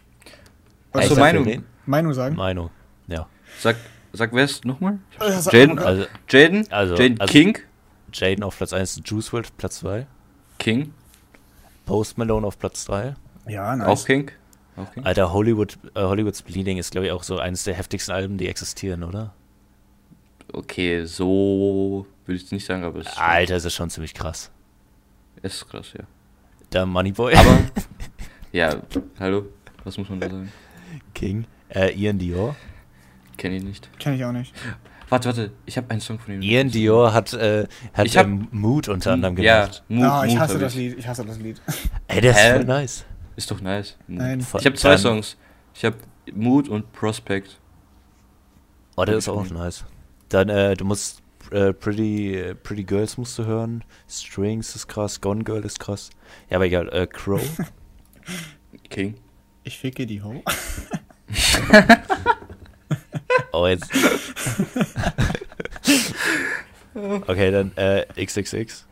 Was
Ich
zur
sag, wir
Meinung?
reden-
Meinung sagen?
Meinung, ja.
Sag, sag West nochmal.
Äh, sag-
Jaden,
oh,
Also
Jaden,
Also,
Jaden
also-
King,
Jaden auf Platz 1, Juice World Platz 2,
King,
Post Malone auf Platz 3.
Ja,
auch
nice.
King, auch King.
Alter, Hollywood, äh, Hollywood's Bleeding ist, glaube ich, auch so eines der heftigsten Alben, die existieren, oder?
Okay, so würde ich es nicht sagen, aber es
Alter, ist das schon ziemlich krass.
es ist krass, ja.
Der Moneyboy. Aber
Ja, hallo, was muss man da sagen?
King. Äh, Ian Dior.
Kenne ihn nicht.
Kenn ich auch nicht.
Warte, warte, ich habe einen Song von ihm.
Ian Dior hat, äh, hat
Ich hab- Hm,
ähm, Mood unter anderem
ja,
gemacht.
Mut,
ah, ich
Mut
hasse
hab
das Lied. Ich hasse das Lied.
Ey, der ist
Hä?
voll nice.
Ist doch nice. Mut.
Nein.
Voll-
Ich habe zwei
dann-
Songs. Ich habe Mut und Prospect.
Oh, der
Hab
ist
ich
auch
nie.
nice. Dann, äh, du musst äh, Pretty, äh, Pretty Girls musst du hören. Strings ist krass. Gone Girl ist krass. Ja, aber egal. Äh, Crow.
King.
Ich ficke die Ho.
oh, jetzt. okay, dann äh, XXX.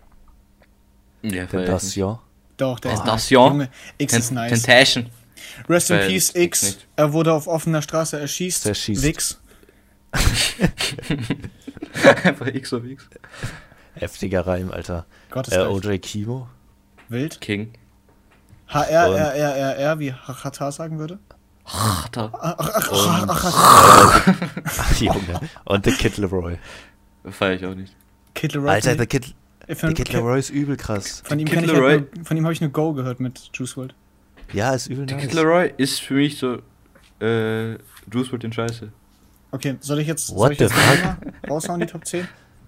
Ja,
Tentation.
Doch, der ist nice.
Tentation.
Junge, X ist nice.
Tentation.
Rest in
Weil
Peace,
X
X.
nicht.
Er wurde auf offener Straße erschießt.
Zerschießt.
Wix.
Einfach X auf X.
Heftiger Reim, Alter.
Gottes
Äh,
äh,
OJ Kimo.
Wild.
King.
HRRRRR, wie Hatar sagen würde.
Ach, da.
Ach, ach, ach,
Junge. Und The Kid Leroy.
Feier ich auch nicht.
Kid Leroy.
Alter, The
von,
Kid,
von,
The Kid Leroy ist übel krass.
von ihm,
Kid
kenn ich halt
Leroy.
nur, von ihm habe ich nur Go gehört mit Juice WRLD.
Ja, ist übel
Der Kid
nice.
Leroy ist für mich so. Äh, Juice wird den Scheiße.
Okay, soll ich jetzt, soll
What
ich jetzt
the
nochmal raushauen, die Top 10?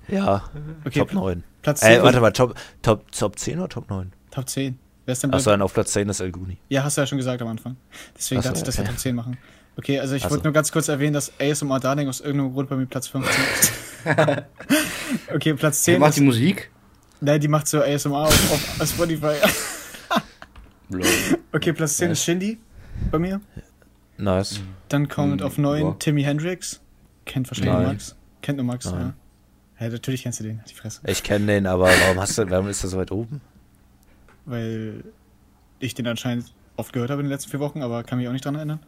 Ja,
Okay,
Top 9.
Platz 10.
Ey, warte mal, Top, Top, Top 10 oder Top 9?
Top 10. Wer ist denn bei
Achso, dann auf Platz 10 ist El Guni.
Ja, hast du ja schon gesagt am Anfang. Deswegen
Ach so,
dachte ich, dass wir
okay.
Top 10 machen. Okay, also ich
Ach so.
wollte nur ganz kurz erwähnen, dass Ace und Darling aus irgendeinem Grund bei mir Platz 15 ist. okay, Platz
Wer
10
macht die
ist,
Musik?
Nein, die macht so ASMR auf, auf auf Spotify.
Lol.
okay, Platz 10 ist Shindy bei mir.
Nice.
Dann kommt
Hm,
auf 9
boah.
Timmy Hendrix. Kennt wahrscheinlich
Nein.
Max. Kennt nur Max,
Nein.
ja. Ja, natürlich kennst du den, die Fresse.
Ich kenne den, aber warum, hast du, warum ist er so weit oben?
Weil ich den anscheinend oft gehört habe in den letzten vier Wochen, aber kann mich auch nicht dran erinnern.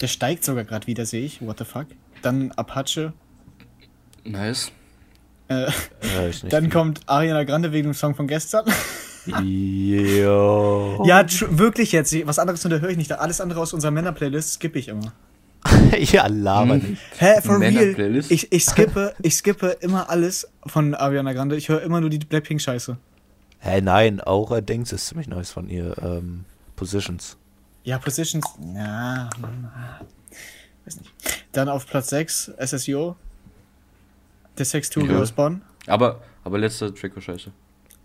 Der steigt sogar gerade wieder, sehe ich. What the fuck? Dann Apache.
Nice.
Äh,
Äh, ich nicht.
dann kommt Ariana Grande wegen dem Song von gestern.
Yo.
Oh.
Ja, tr- wirklich jetzt. Was anderes von der höre ich nicht. Alles andere aus unserer Männer-Playlist skippe ich immer.
ja, laber
Mhm.
nicht.
Hä, for real?
Männer-Playlist?
Ich, ich, skippe, ich skippe immer alles von Ariana Grande. Ich höre immer nur die Blackpink-Scheiße.
Hä, nein, auch er denkt, ist ziemlich nice von ihr. Ähm, Positions.
Ja, Positions. Na, na, weiß nicht. Dann auf Platz 6, SSIO. The Sex Tour
Ja.
aus Bonn.
Aber, aber letzter Track war scheiße.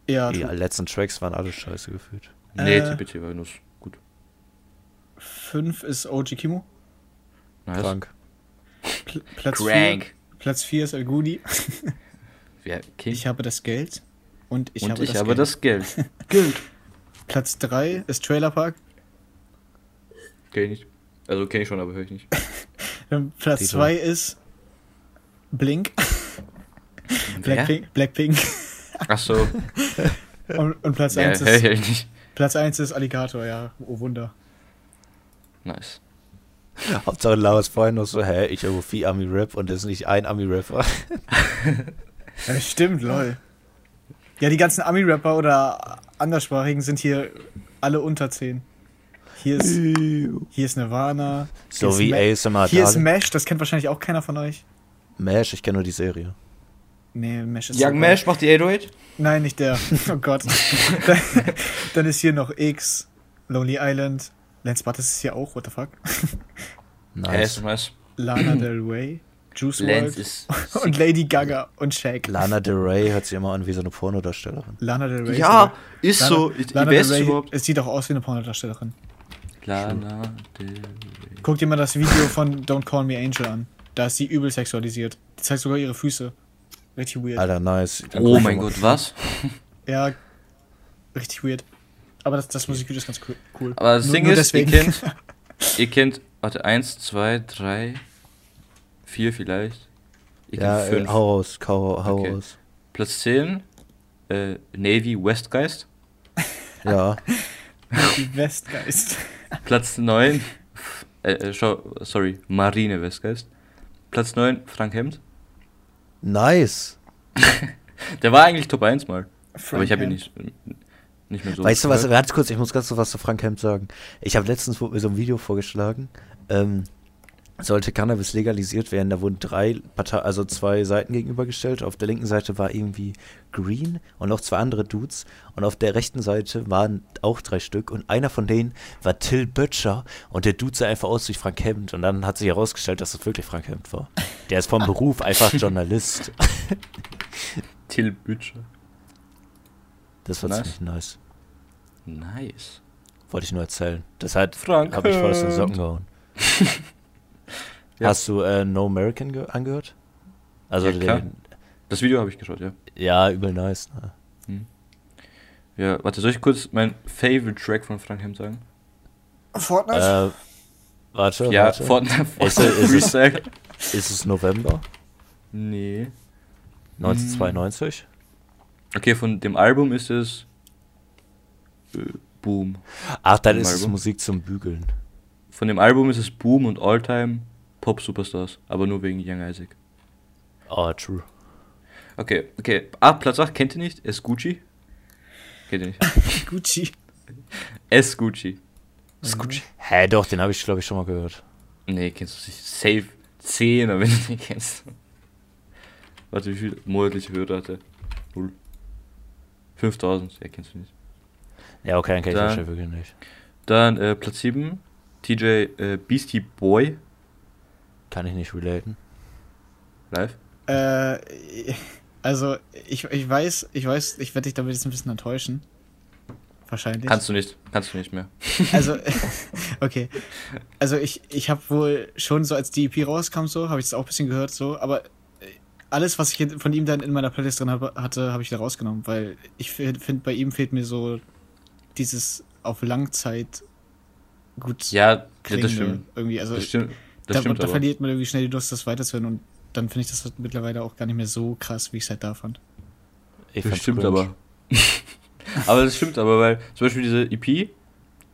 Ja,
Die
ja.
letzten Tracks waren alle scheiße gefühlt.
Nee,
Äh.
TPT war nur s- gut.
5 ist OG Kimo.
Nice.
Krank.
Pl Platz 4
Crank.
Platz vier ist El Gudi.
Ja, King.
Ich habe das Geld. Und ich
Und
habe,
ich
das,
habe
Geld.
das Geld.
Platz 3 ist Trailer Park.
Kenn ich nicht. Also kenn ich schon, aber höre ich nicht.
Dann Ähm, Platz
Tito.
2 ist Blink. Blackpink. Blackpink.
Achso,
Und, und Platz
ja,
1
höre ich
ist,
halt nicht.
Platz eins ist Alligator, ja. Oh Wunder.
Nice.
Hauptsache Lars vorhin noch so, hä, ich habe viel Ami-Rap und das ist nicht ein Ami-Rapper.
Ja, stimmt, lol. Ja, die ganzen Ami-Rapper oder Anderssprachigen sind hier alle unter 10. Hier ist, hier ist Nirvana.
so
hier
wie
ist Ma-
ASMR.
Hier ist
Darling.
Mesh, das kennt wahrscheinlich auch keiner von euch.
Mesh, ich kenne nur die Serie.
Nee, Mesh ist.
Young
super.
Mash macht die 808?
Nein, nicht der. Oh Gott. dann, dann ist hier noch X, Lonely Island. Lance Butt ist hier auch, what the fuck?
Nice.
ASMS.
Lana Del Rey, Juice
Lance
WRLD
ist.
und Lady Gaga und Shaq.
Lana Del Rey hört sich immer an wie so eine Pornodarstellerin.
Lana Del Rey.
Ja, ist
ist
so.
Lana,
Ich,
Lana
wer
Del
ist
Rey,
überhaupt?
Es sieht auch aus wie eine Pornodarstellerin.
Lana Del
Guck dir mal das Video von Don't Call Me Angel an. Da ist sie übel sexualisiert. Die zeigt sogar ihre Füße. Richtig weird.
Alter, nice. Dann
Oh
guck
mein
ich mal.
Gott, was?
Ja, richtig weird. Aber das, das Musikvideo ist ganz cool. cool.
Aber das
Nur-
Ding
nur
ist, ihr
deswegen.
kennt, ihr kennt, warte, eins, zwei, drei, vier vielleicht. Ihr
Ja,
kennt
äh,
fünf.
hau raus, hau, hau
Okay.
raus.
Platz 10, äh, Navy Westgeist.
Ja,
Die Westgeist.
Platz 9, äh, äh, schau, sorry, Marine Westgeist. Platz 9, Frank Hemd.
nice.
Der war eigentlich Top 1 mal, aber ich habe ihn
Frank
nicht, nicht mehr so.
Weißt du was,
gehört.
ganz kurz, ich muss ganz kurz was zu Frank Hemp sagen. Ich habe letztens wurde mir so ein Video vorgeschlagen. Ähm, sollte Cannabis legalisiert werden, da wurden drei Partei, also zwei Seiten gegenübergestellt. Auf der linken Seite war irgendwie Green und noch zwei andere Dudes. Und auf der rechten Seite waren auch drei Stück. Und einer von denen war Till Böttcher. Und der Dude sah einfach aus wie Frank Hemd. Und dann hat sich herausgestellt, dass es wirklich Frank Hemd war. Der ist vom Beruf einfach Journalist.
Till Bütcher.
Das war
Nice.
ziemlich nice.
Nice.
Wollte ich nur erzählen. Das hat
Frank
Hab ich voll aus den
Hemd.
Socken gehauen.
Ja.
Hast du äh, No American ge- angehört? Also
Ja, klar.
den,
Das Video habe ich geschaut, ja.
ja, übel nice. Ne?
Ja, warte, soll ich kurz meinen Favorite Track von Frank Hemd sagen?
Hemd. Fortnite?
Äh, warte,
Ja,
warte.
Fortnite
Ist es- ist es-
Freestyle.
Ist es November
Nee.
1992?
Hm. Okay, von dem Album ist es äh, Boom.
Ach, dann ist es
Album.
Musik zum Bügeln.
Von dem Album ist es Boom und Alltime Pop Superstars, aber nur wegen Young Isaac. Oh,
Ah, true.
Okay, okay. Ah, Platz 8 kennt ihr nicht? Es Gucci? Kennt ihr nicht?
Gucci.
Es Gucci. Es Gucci.
Hä, doch, den habe ich, glaube ich, schon mal gehört.
Nee, kennst du nicht. Save 10, wenn du den nicht kennst. Warte, wie viel monatliche Hörer hat er? Null. 5000, ja, kennst du nicht.
Ja, okay, dann kenn ich
Dann-
den schon wirklich nicht.
Dann äh, Platz 7, TJ äh, Beastie Boy
Kann ich nicht relaten.
live.
Äh, also, ich, ich weiß, ich weiß, ich werde dich damit jetzt ein bisschen enttäuschen. Wahrscheinlich.
Kannst du nicht, kannst du nicht mehr.
Also, okay. Also ich, ich habe wohl schon so, als die EP rauskam, so, habe ich es auch ein bisschen gehört, so, aber äh, alles, was ich jetzt von ihm dann in meiner Playlist drin hab, hatte, habe ich da rausgenommen, weil ich finde, bei ihm fehlt mir so dieses auf Langzeit gut
Ja,
klingende
das stimmt.
irgendwie. Also
Das stimmt. Das
da,
stimmt
da
aber.
verliert man irgendwie schnell die Lust, das weiterzuhören und dann finde ich das halt mittlerweile auch gar nicht mehr so krass, wie ich es halt da fand.
Ich
das
fand's
stimmt
cringe.
aber. aber das stimmt aber, weil zum Beispiel diese EP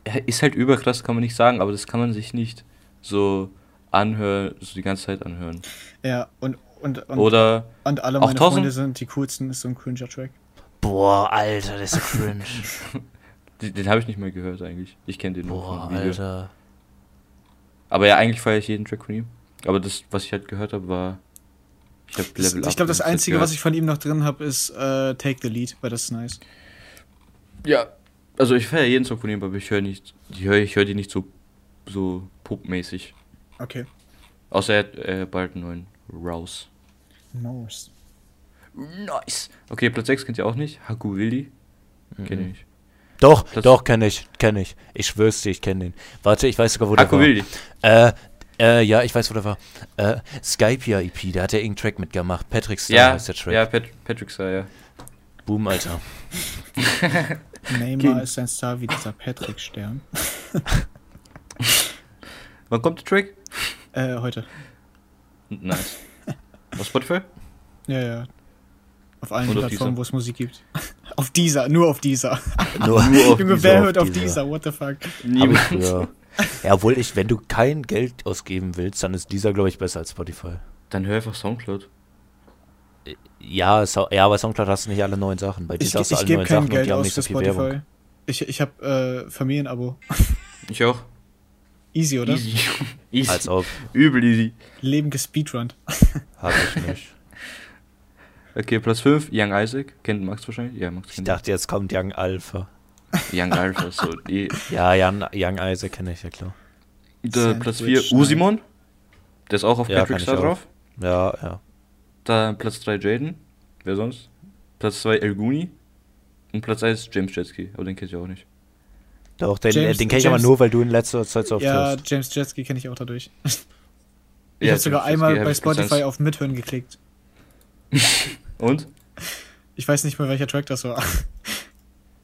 äh, ist halt überkrass, kann man nicht sagen, aber das kann man sich nicht so anhören, so die ganze Zeit anhören.
Ja, und und, und,
Oder
und alle
auch
meine
1000?
Freunde sind die coolsten, ist so ein cringe Track.
Boah, Alter, das ist so cringe.
den, den habe ich nicht mehr gehört eigentlich. Ich kenne den nur
Boah,
vom Video.
Alter.
Aber ja, eigentlich feiere ich jeden Track von ihm. Aber das, was ich halt gehört habe, war. Ich habe
Das-
Level Up
ich glaube,
die ganze
das
Zeit
Einzige, was
gehört.
ich von ihm noch drin habe, ist äh, Take the Lead, weil das ist nice.
Ja. Also ich feiere jeden Song von ihm, aber ich höre nicht. Ich höre ich hör die nicht so, so pupmäßig.
Okay.
Außer er hat äh, bald einen neuen Rouse.
Nice.
Nice. Okay, Platz 6 kennt ihr auch nicht. Haku Willi.
Mhm.
Kenn ich nicht.
Doch,
Das-
doch, kenne ich, kenne ich. Ich schwör's dir, ich kenne den. Warte, ich weiß sogar, wo
Haku
der war.
Willi.
Äh, äh, ja, ich weiß, wo der war. Äh, Skypia EP, da hat er irgendeinen Track mitgemacht. Patrick Star
Ja,
heißt der Track.
ja Pat Patrick Star, ja.
Boom, Alter.
Neymar ist ein Star wie dieser Patrick-Stern.
Wann kommt der Track?
Äh, heute.
N- Nice. Auf Spotify?
Ja, ja. Auf allen
Und auf
Plattformen,
dieser.
wo es Musik gibt. auf dieser, nur auf dieser.
Nur,
Junge, wer hört auf dieser? What the fuck?
Hab ich früher. Ja, obwohl ich, wenn du kein Geld ausgeben willst, dann ist dieser, glaube ich, besser als Spotify.
Dann hör einfach Soundcloud.
Ja, so, ja, bei Soundcloud hast du nicht alle neuen Sachen. Bei
Ich,
dieser hast du
ich,
alle
gebe
neuen
kein
Sachen und
Geld
die haben
aus
nicht
für
so viel
Spotify.
Werbung.
Ich, ich habe äh, Familienabo.
Ich auch.
Easy, oder?
Easy. easy.
Als ob.
Übel easy.
Leben gespeedrunnt.
Hab ich nicht.
Okay, Platz 5, Young Isaac. Kennt Max wahrscheinlich? Ja, Max
Ich
kennt
dachte, jetzt kommt Young Alpha.
ihn. Young Alpha. So, eh. Äh, die,
Ja, Jan, Young Isaac kenne ich, ja klar.
Der Platz 4
Sandwich,
Usimon. Der ist auch auf
ne? Ja,
Patrick
kann ich
Star
auch.
drauf.
Ja, ja.
Da Platz 3 Jaden. Wer sonst? Platz 2 Elguni. Und Platz 1 James Jetski. Aber den kennt ihr auch nicht.
Doch, den,
James-
äh, den kenne ich aber
James-
nur, weil du in letzter Zeit so oft
Ja,
hörst.
James Jetski kenne ich auch dadurch. Ich
Ja,
habe sogar
James Jetski
einmal
hab
bei
ich Platz
Spotify
eins.
auf Mithören geklickt.
Und?
Ich weiß nicht mehr, welcher Track das war.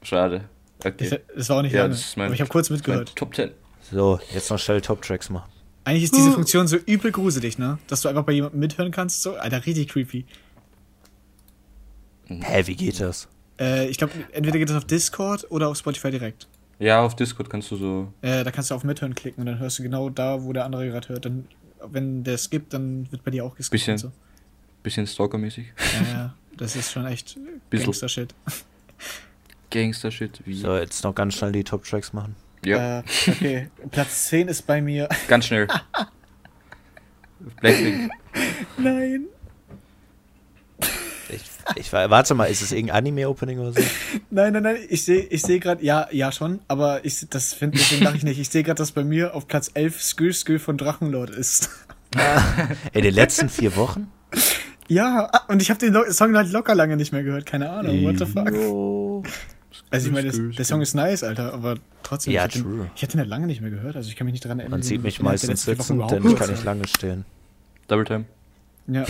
Schade.
Ich,
Okay.
es war auch nicht
Ja,
lange.
das ist mein-
aber ich habe kurz
Mein
mitgehört.
Top 10.
So, jetzt noch schnell Top Tracks machen.
Eigentlich ist diese Funktion so übel gruselig, ne? Dass du einfach bei jemandem mithören kannst. So, Alter, richtig creepy.
Hä, wie geht das?
Äh, ich glaube, entweder geht das auf Discord oder auf Spotify direkt.
Ja, auf Discord kannst du so.
Äh, da kannst du auf Mithören klicken und dann hörst du genau da, wo der andere gerade hört. Dann, wenn der skippt, dann wird bei dir auch geskippt.
Bisschen.
und So.
Bisschen stalkermäßig.
Ja, ja, das ist schon echt
Bissl.
Gangster-Shit.
Gangster-Shit. Wie?
So, jetzt noch ganz schnell die Top Tracks machen.
Ja,
Äh, okay, Platz 10 ist bei mir.
ganz schnell. Blackpink.
Nein.
Ich, ich wa- warte mal, ist es irgendein Anime-Opening oder so?
Nein, nein, nein, ich sehe ich seh gerade, ja, ja schon, aber ich, das finde deswegen lache ich nicht. Ich sehe gerade, dass bei mir auf Platz 11 Skill Skill von Drachenlord ist.
In den letzten vier Wochen?
Ja, ah, und ich habe den Lo Song halt locker lange nicht mehr gehört, keine Ahnung, what the fuck. Also ich meine, das, der Song ist nice, Alter, aber trotzdem,
Ja,
ich hab den,
true.
ich hab den halt lange nicht mehr gehört, also ich kann mich nicht dran erinnern.
Man sieht mich
innerhalb der
meistens
letzten Woche
sitzen,
überhaupt
denn ich kann
was
nicht lange stehen.
Double Time.
Ja.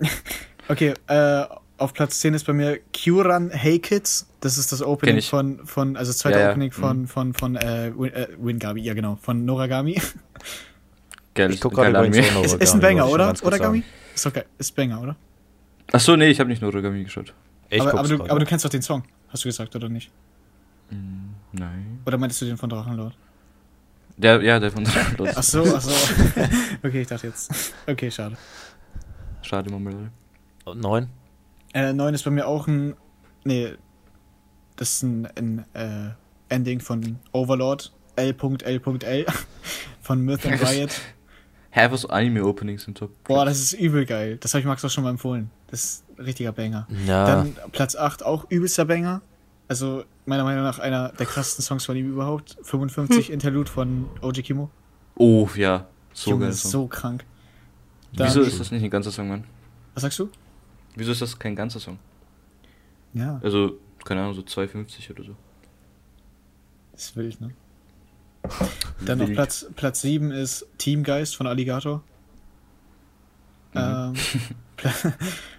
Okay, äh, auf Platz 10 ist bei mir Kyuran Hey Kids. Das ist das Opening
ich.
von, von, also das zweite
Ja, Mhm. ja,
Opening von, von, von, äh, Win, äh, Wingami, ja genau, von Noragami.
Geil,
Ich gucke
geil
gerade übrigens auch
Anime.
noch
ist, ist
Origami,
ein Banger,
wollte ich
oder?
schon ganz kurz
Oder Gami?
sagen.
Ist doch geil, ist Banger, oder?
Achso, nee, ich habe nicht nur Origami geschaut.
Ich
aber,
guck's
aber, du,
gerade.
aber du kennst doch den Song, hast du gesagt, oder nicht?
Nein.
Oder meintest du den von Drachenlord?
Der, ja, der von los.
Ach so, ach so. okay, ich dachte jetzt. Okay, schade.
Schade, Mama.
Und Oh, Neun?
Äh, 9 ist bei mir auch ein. Nee. Das ist ein, ein äh, Ending von Overlord. L.L.L. von Myth and Riot.
Half of Anime Openings im Top.
Boah, das ist übel geil. Das habe ich Max auch schon mal empfohlen. Das ist ein richtiger Banger.
Ah.
Ja.
Dann Platz 8 auch übelster Banger. Also meiner Meinung nach einer der krassesten Songs von ihm überhaupt. 55 Interlude von OG Kimo.
Oh, ja. So
Junge,
geil.
ist
So.
so krank. Dann,
Wieso ist das nicht ein ganzer Song, Mann?
Was sagst du?
Wieso ist das kein ganzer Song?
Ja,
Also, keine Ahnung, so 2,50 oder so.
das ist wild, ne? Dann auf
Wild.
Platz, Platz 7 ist Teamgeist von Alligator. Ähm, Pla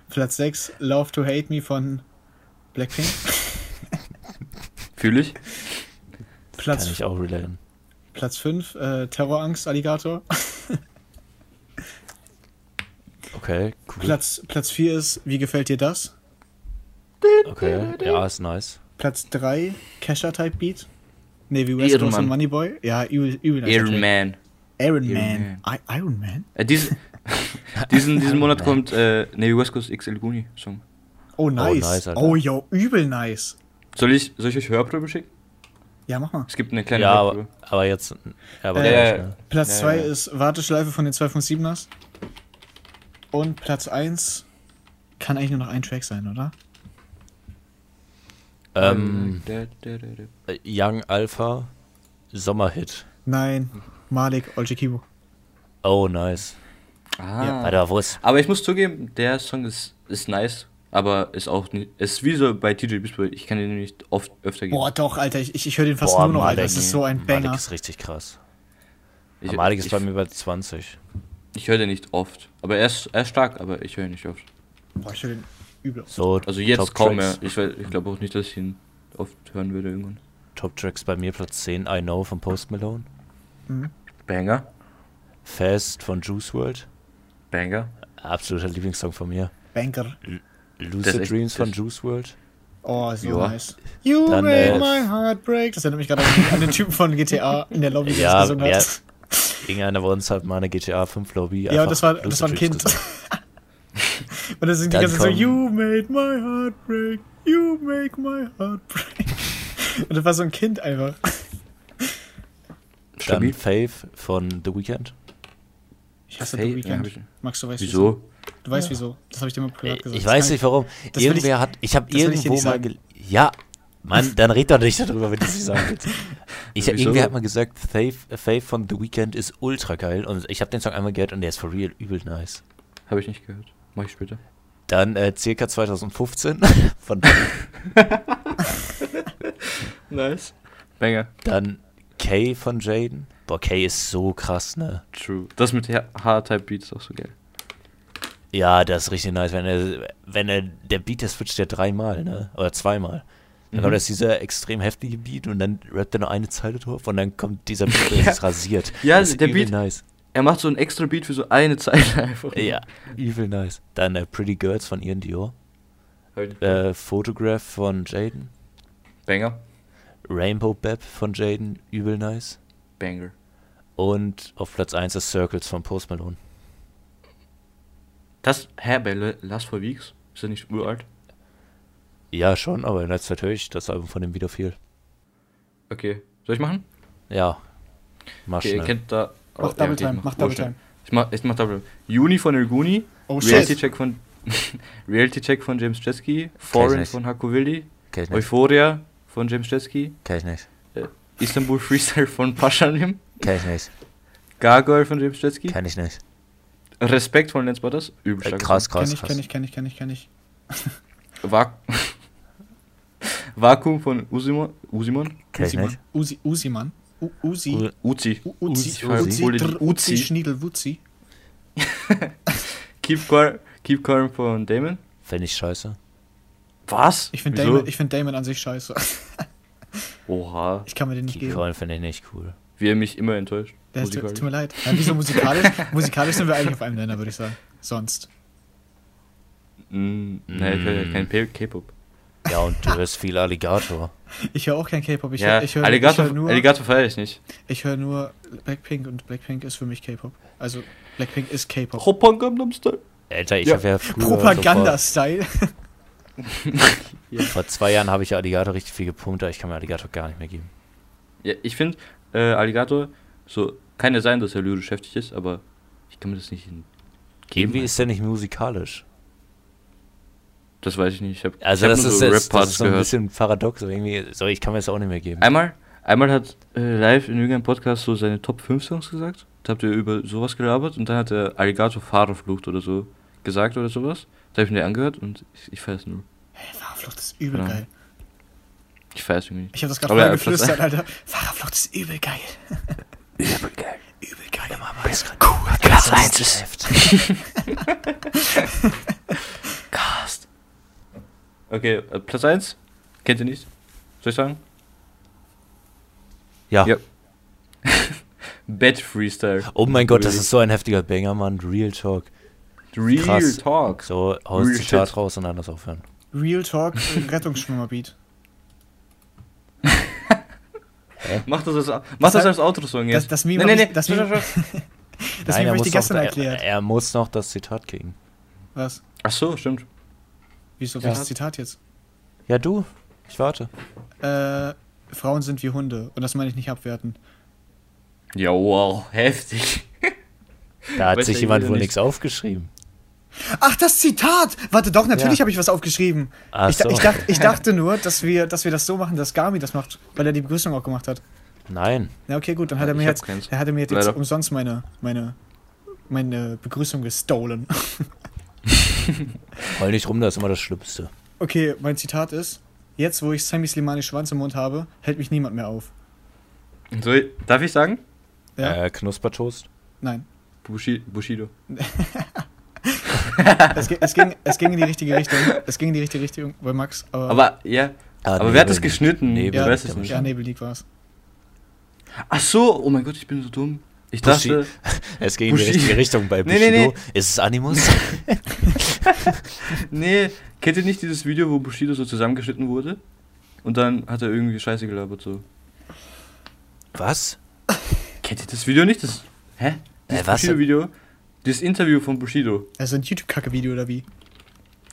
Platz 6 Love to Hate Me von Blackpink.
Fühl ich?
Kann
Platz,
ich auch relaten.
Platz 5 äh, Terrorangst Alligator.
Okay, cool.
Platz, Platz 4 ist Wie gefällt dir das?
Okay, ja, ist nice.
Platz 3 Kesha Type Beat. Navy Westbrook
Ehrenmann.
und Moneyboy. Ja, übel, übel. nicer
Iron
Track.
Man.
Iron
Ehrenmann.
Man. I Iron Man?
Äh, diesen, diesen, diesen Monat kommt äh, Navy West Coast X El Guni Song.
Oh, nice.
nice, Alter.
Oh, yo, übel nice.
Soll ich, soll ich euch Hörprobe schicken?
Ja, mach mal.
Es gibt eine kleine
Ja, aber,
Hörprobe.
aber jetzt. Aber
halt Äh,
gleich,
ja.
ne?
Ja,
Platz 2
ja.
ist Warteschleife von den 257ers. Und Platz 1 kann eigentlich nur noch ein Track sein, oder?
Ähm,
Da, da, da, da.
äh, Young Alpha Sommerhit.
Nein, Malik Oljekibo.
Oh, nice.
Ah.
Alter, wo ist.
Aber ich muss zugeben, der Song ist, ist nice, aber ist auch nicht. Ist wie so bei TJ Bisbal, ich kann den nicht oft öfter geben.
Boah, doch, Alter, ich, ich, ich höre den fast
Boah,
nur noch,
Malik,
Alter. Das ist so ein
Malik
Banger.
ist richtig krass.
ich,
Malik ist
ich,
bei mir bei 20.
Ich höre den nicht oft. Aber er ist, er ist stark, aber ich höre ihn nicht oft.
Boah, ich höre den übel.
So,
Also jetzt
Top
kaum
Tracks.
mehr. Ich, weiß- ich glaube auch nicht, dass ich ihn oft hören würde irgendwann.
Top Tracks bei mir Platz 10, I Know von Post Malone.
Banger.
Fast von Juice World.
Banger.
Absoluter Lieblingssong von mir.
Banker.
Das ist
Lucid
echt-
Dreams von
das-
Juice World.
Oh, so
Joa.
nice. You
Dann,
made
äh,
my heart break. Das erinnert mich gerade an, an den Typen von GTA in der Lobby, der
Ja,
das gesungen
wer-
hat.
Irgendeiner von uns hat mal eine GTA 5 Lobby.
Ja,
einfach
das war,
Lucid
das war ein
Dreams
Kind.
gesungen.
Und dann sind die
Dann
ganze Zeit so,
kommen-
you made my heart break, you make my heart break. Und das war so ein Kind einfach.
Stabil.
Dann Faith von The Weeknd.
Ich hasse
Hey,
The
ja, hab
Weeknd.
ich-
Max, du weißt
Wieso?
wieso. Du weißt wieso. Das habe ich dir mal privat gesagt.
Ich weiß
Das
nicht warum.
das will ich-
Irgendwer hat. Ich habe
das will ich dir
irgendwo
nicht
mal.
sagen.
gel- Ja, Mann, dann red doch nicht darüber, wenn du es nicht sagen willst. Ich,
Wieso?
irgendwie hat man gesagt, Faith, Faith von The Weeknd ist ultra geil und ich habe den Song einmal gehört und der ist for real übel nice.
Habe ich nicht gehört. Mach ich später.
Dann äh, circa 2015 von
Nice. Banger.
dann Kay von Jaden. Boah, Kay ist so krass, ne?
True. Das mit H-Type Beats ist auch so geil.
Ja, das ist richtig nice, wenn er, wenn er, der Beat, der switcht ja dreimal, ne? Oder zweimal. Dann
Mhm.
kommt erst dieser extrem heftige Beat und dann rappt er noch eine Zeile drauf und dann kommt dieser Beat und es ist rasiert.
Ja,
das ist
der
übel
Beat-
nice.
Er macht so ein extra Beat für so eine Zeile einfach.
Ja, übel nice. Dann äh, Pretty Girls von Ian Dior.
Hab ich nicht.
Äh, Photograph von Jaden.
Banger.
Rainbow Bap von Jaden, übel nice.
Banger.
Und auf Platz 1 ist Circles von Post Malone.
Das, hä, bei Le- Last Four Weeks? Ist das nicht uralt?
Ja, schon, aber in letzter Zeit höre ich das Album von dem wieder viel.
Okay. Soll ich machen?
Ja. Mach
Okay, ihr
schnell.
kennt da. oh,
Mach
ja,
Double
okay, ich
Time, mach Double
schnell.
Time.
Ich mach, ich mach Double Time. Juni von Elguni.
Oh
Reality
shit.
Check von Reality Check von James Jetski, Foreign
nicht.
von Haku Wildi,
Kenn ich nicht.
Euphoria von James Jetski,
Kenn ich nicht.
Istanbul Freestyle von Paschanim,
Kenn ich nicht.
Gargoyle von James Jetski,
Kenn ich nicht.
Respekt von Lance Butters, übel
Äh,
stark.
krass,
Kenn
krass,
ich,
krass.
kenn ich, kenn ich, kenn ich, kenn ich.
Vak Vakuum von Usimon, Usimon,
Kenn ich nicht.
Usi, Usimann. U- Usi.
U-
Uzi,
U-
Uzi.
Uzi. Uzi.
Uzi.
Dr-
Uzi.
Uzi. Schniedel. Uzi.
Keep Car Keep Calm von Damon.
Fänd ich scheiße.
Was?
Ich finde
Wieso?
Damon, ich find Damon an sich scheiße.
Oha,
Ich kann mir den nicht
Keep
geben.
Calling finde ich nicht cool.
wie er mich immer enttäuscht.
Der ist,
Musikalisch.
tut mir leid. Ja, wieso musikalisch? musikalisch sind wir eigentlich auf einem Nenner, würde ich sagen. Sonst.
Mm, nee, ich höre kein P- K-Pop.
Ja, und du hörst viel Alligator.
Ich höre auch kein K-Pop. Ich
Ja,
höre ich hör, ich
Alligator,
hör nur,
Alligator feiere ich nicht.
ich hör nur Blackpink und Blackpink ist für mich K-Pop. Also Blackpink ist K-Pop.
Hoppan Gangnam Style.
Alter, ich
Ja.
hab ja früher so
Propaganda-Style.
Vor, vor zwei Jahren habe ich ja Alligator richtig viel gepumpt, aber ich kann mir Alligator gar nicht mehr geben.
Ja, ich finde, äh, Alligator, so, kann ja sein, dass er lyrisch heftig ist, aber ich kann mir das nicht hin.
Irgendwie ist der nicht musikalisch.
Das weiß ich nicht. Ich hab,
Also
ich hab
das
nur
ist,
so
jetzt, das
Rap-Parts
ist so ein bisschen paradox. aber Irgendwie, so, ich kann mir das auch nicht mehr geben.
Einmal, einmal hat äh, live in irgendeinem Podcast so seine Top 5 Songs gesagt. Da habt ihr über sowas gelabert und dann hat er Alligator Fahrerflucht oder so gesagt oder sowas. Da habe ich mir den angehört und ich, ich feier's nur.
Fahrerflucht ist übel
Ja.
geil.
Ich feier's irgendwie nicht.
Ich habe das gerade
Aber
vorher
ja, Platz
geflüstert, Alter. Fahrerflucht ist übel geil.
Übel geil.
Übel geil. Mama ist cool. Platz
eins
ist.
Cast. Okay, äh, Platz 1. Kennt ihr nicht? Soll ich sagen?
Ja.
Ja. Bad Freestyle.
Oh mein Gott, das ist so ein heftiger Banger, Mann. Real Talk.
Real
krass.
Talk.
So, haust
Real
den Chart
shit.
raus und anders aufhören.
Real Talk, äh, Rettungsschwimmerbeat.
Mach das als, mach das
hat-
als Outro-Song jetzt.
Das, das Meme
nee,
hab
nee,
ich-
nee.
das Meme- Das
er
Meme habe ich
muss
dir
noch-
gestern
Er,
erklärt.
er muss noch das Zitat kriegen.
Was?
Ach so, stimmt.
Wieso?
Ja.
Welches Zitat jetzt?
Ja, du. Ich warte.
Äh, Frauen sind wie Hunde. Und das meine ich nicht abwerten.
Ja, wow, heftig.
Da hat
Weiß
sich
ja
jemand
jeder
wohl
nicht.
nichts aufgeschrieben.
Ach, das Zitat! Warte doch, natürlich
Ja.
habe ich was aufgeschrieben.
Ach
ich, da-
so.
ich, dacht, ich dachte nur, dass wir, dass wir das so machen, dass Gami das macht, weil er die Begrüßung auch gemacht hat.
Nein.
Na okay, gut, dann hat er
Ich
mir
hab
jetzt,
keins.
er hat er mir jetzt
Leider.
umsonst meine, meine, meine Begrüßung gestohlen.
Heul nicht rum, das ist immer das Schlimmste.
Okay, mein Zitat ist: Jetzt, wo ich Sammy Slimani Schwanz im Mund habe, hält mich niemand mehr auf.
So, darf ich sagen?
Ja.
Äh, Knuspertoast.
Nein.
Bushi- Bushido.
Es, ge- es, ging, es ging in die richtige Richtung. Es ging in die richtige Richtung bei Max, aber.
Aber, ja.
Ah,
aber
Nebel.
wer hat das geschnitten?
Nebel.
Ich
Ja,
weiß es nicht. ne?
ja, Nebel League war es.
Ach so, oh mein Gott, ich bin so dumm. Ich
Bushi-
dachte,
Es ging in die
Bushido.
richtige Richtung bei
Nee,
Bushido.
nee,
Ist es Animus?
nee, kennt ihr nicht dieses Video, wo Bushido so zusammengeschnitten wurde? Und dann hat er irgendwie Scheiße gelabert, so.
Was?
Kennt ihr das Video nicht? Das, hä? Dieses
Äh, was denn?
Bushido-Video? Dieses Interview von Bushido.
Also ein YouTube-Kacke-Video oder wie?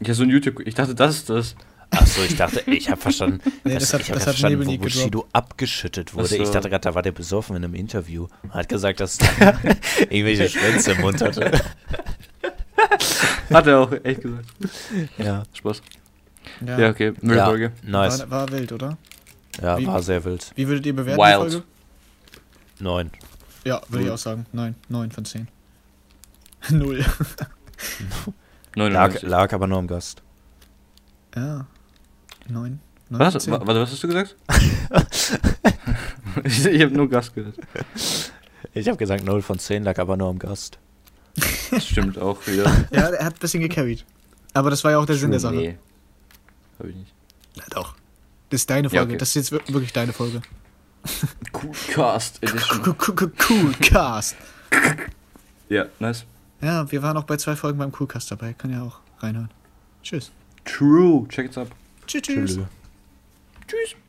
Ja, so ein YouTube. Ich dachte, das ist das.
Achso, ich dachte, ich habe verstanden,
Nee,
das,
das hat-
ich hab
das hat
verstanden
Nebel
wo
nie gedroppt.
Bushido abgeschüttet wurde.
Ach so.
Ich dachte gerade, da war der besoffen in einem Interview und hat gesagt, dass irgendwelche Schwänze im Mund hatte.
Hat er auch echt gesagt.
Ja.
Spaß.
Ja,
Ja, okay. Müllfolge.
nice.
war, war wild, oder?
Ja,
Wie-
war sehr wild.
Wie würdet ihr bewerten
Wild.
die Folge?
Neun.
Ja, würde ich auch sagen. Nein, 9 von 10. Null.
Lag,
99.
lag aber nur am Gast.
Ja. 9.
Was? Wa- Warte, was hast du gesagt? ich ich habe nur Gas gehört.
Ich habe gesagt 0 von 10, lag aber nur am Gast.
Das stimmt auch wieder.
Ja, er hat ein bisschen gecarried. Aber das war ja auch der Sinn der Sache.
Nee. Hab ich nicht.
Ja, doch. Das ist deine
Ja,
Folge.
okay.
Das ist jetzt wir- wirklich deine Folge.
Cool Cast Edition.
Cool, cool, cool Cast.
Ja, nice.
Ja, wir waren auch bei zwei Folgen beim Coolcast dabei. Kann ja auch reinhören. Tschüss.
True. Check it up.
Tschüss. tschüss.
Tschüss.
Tschüss.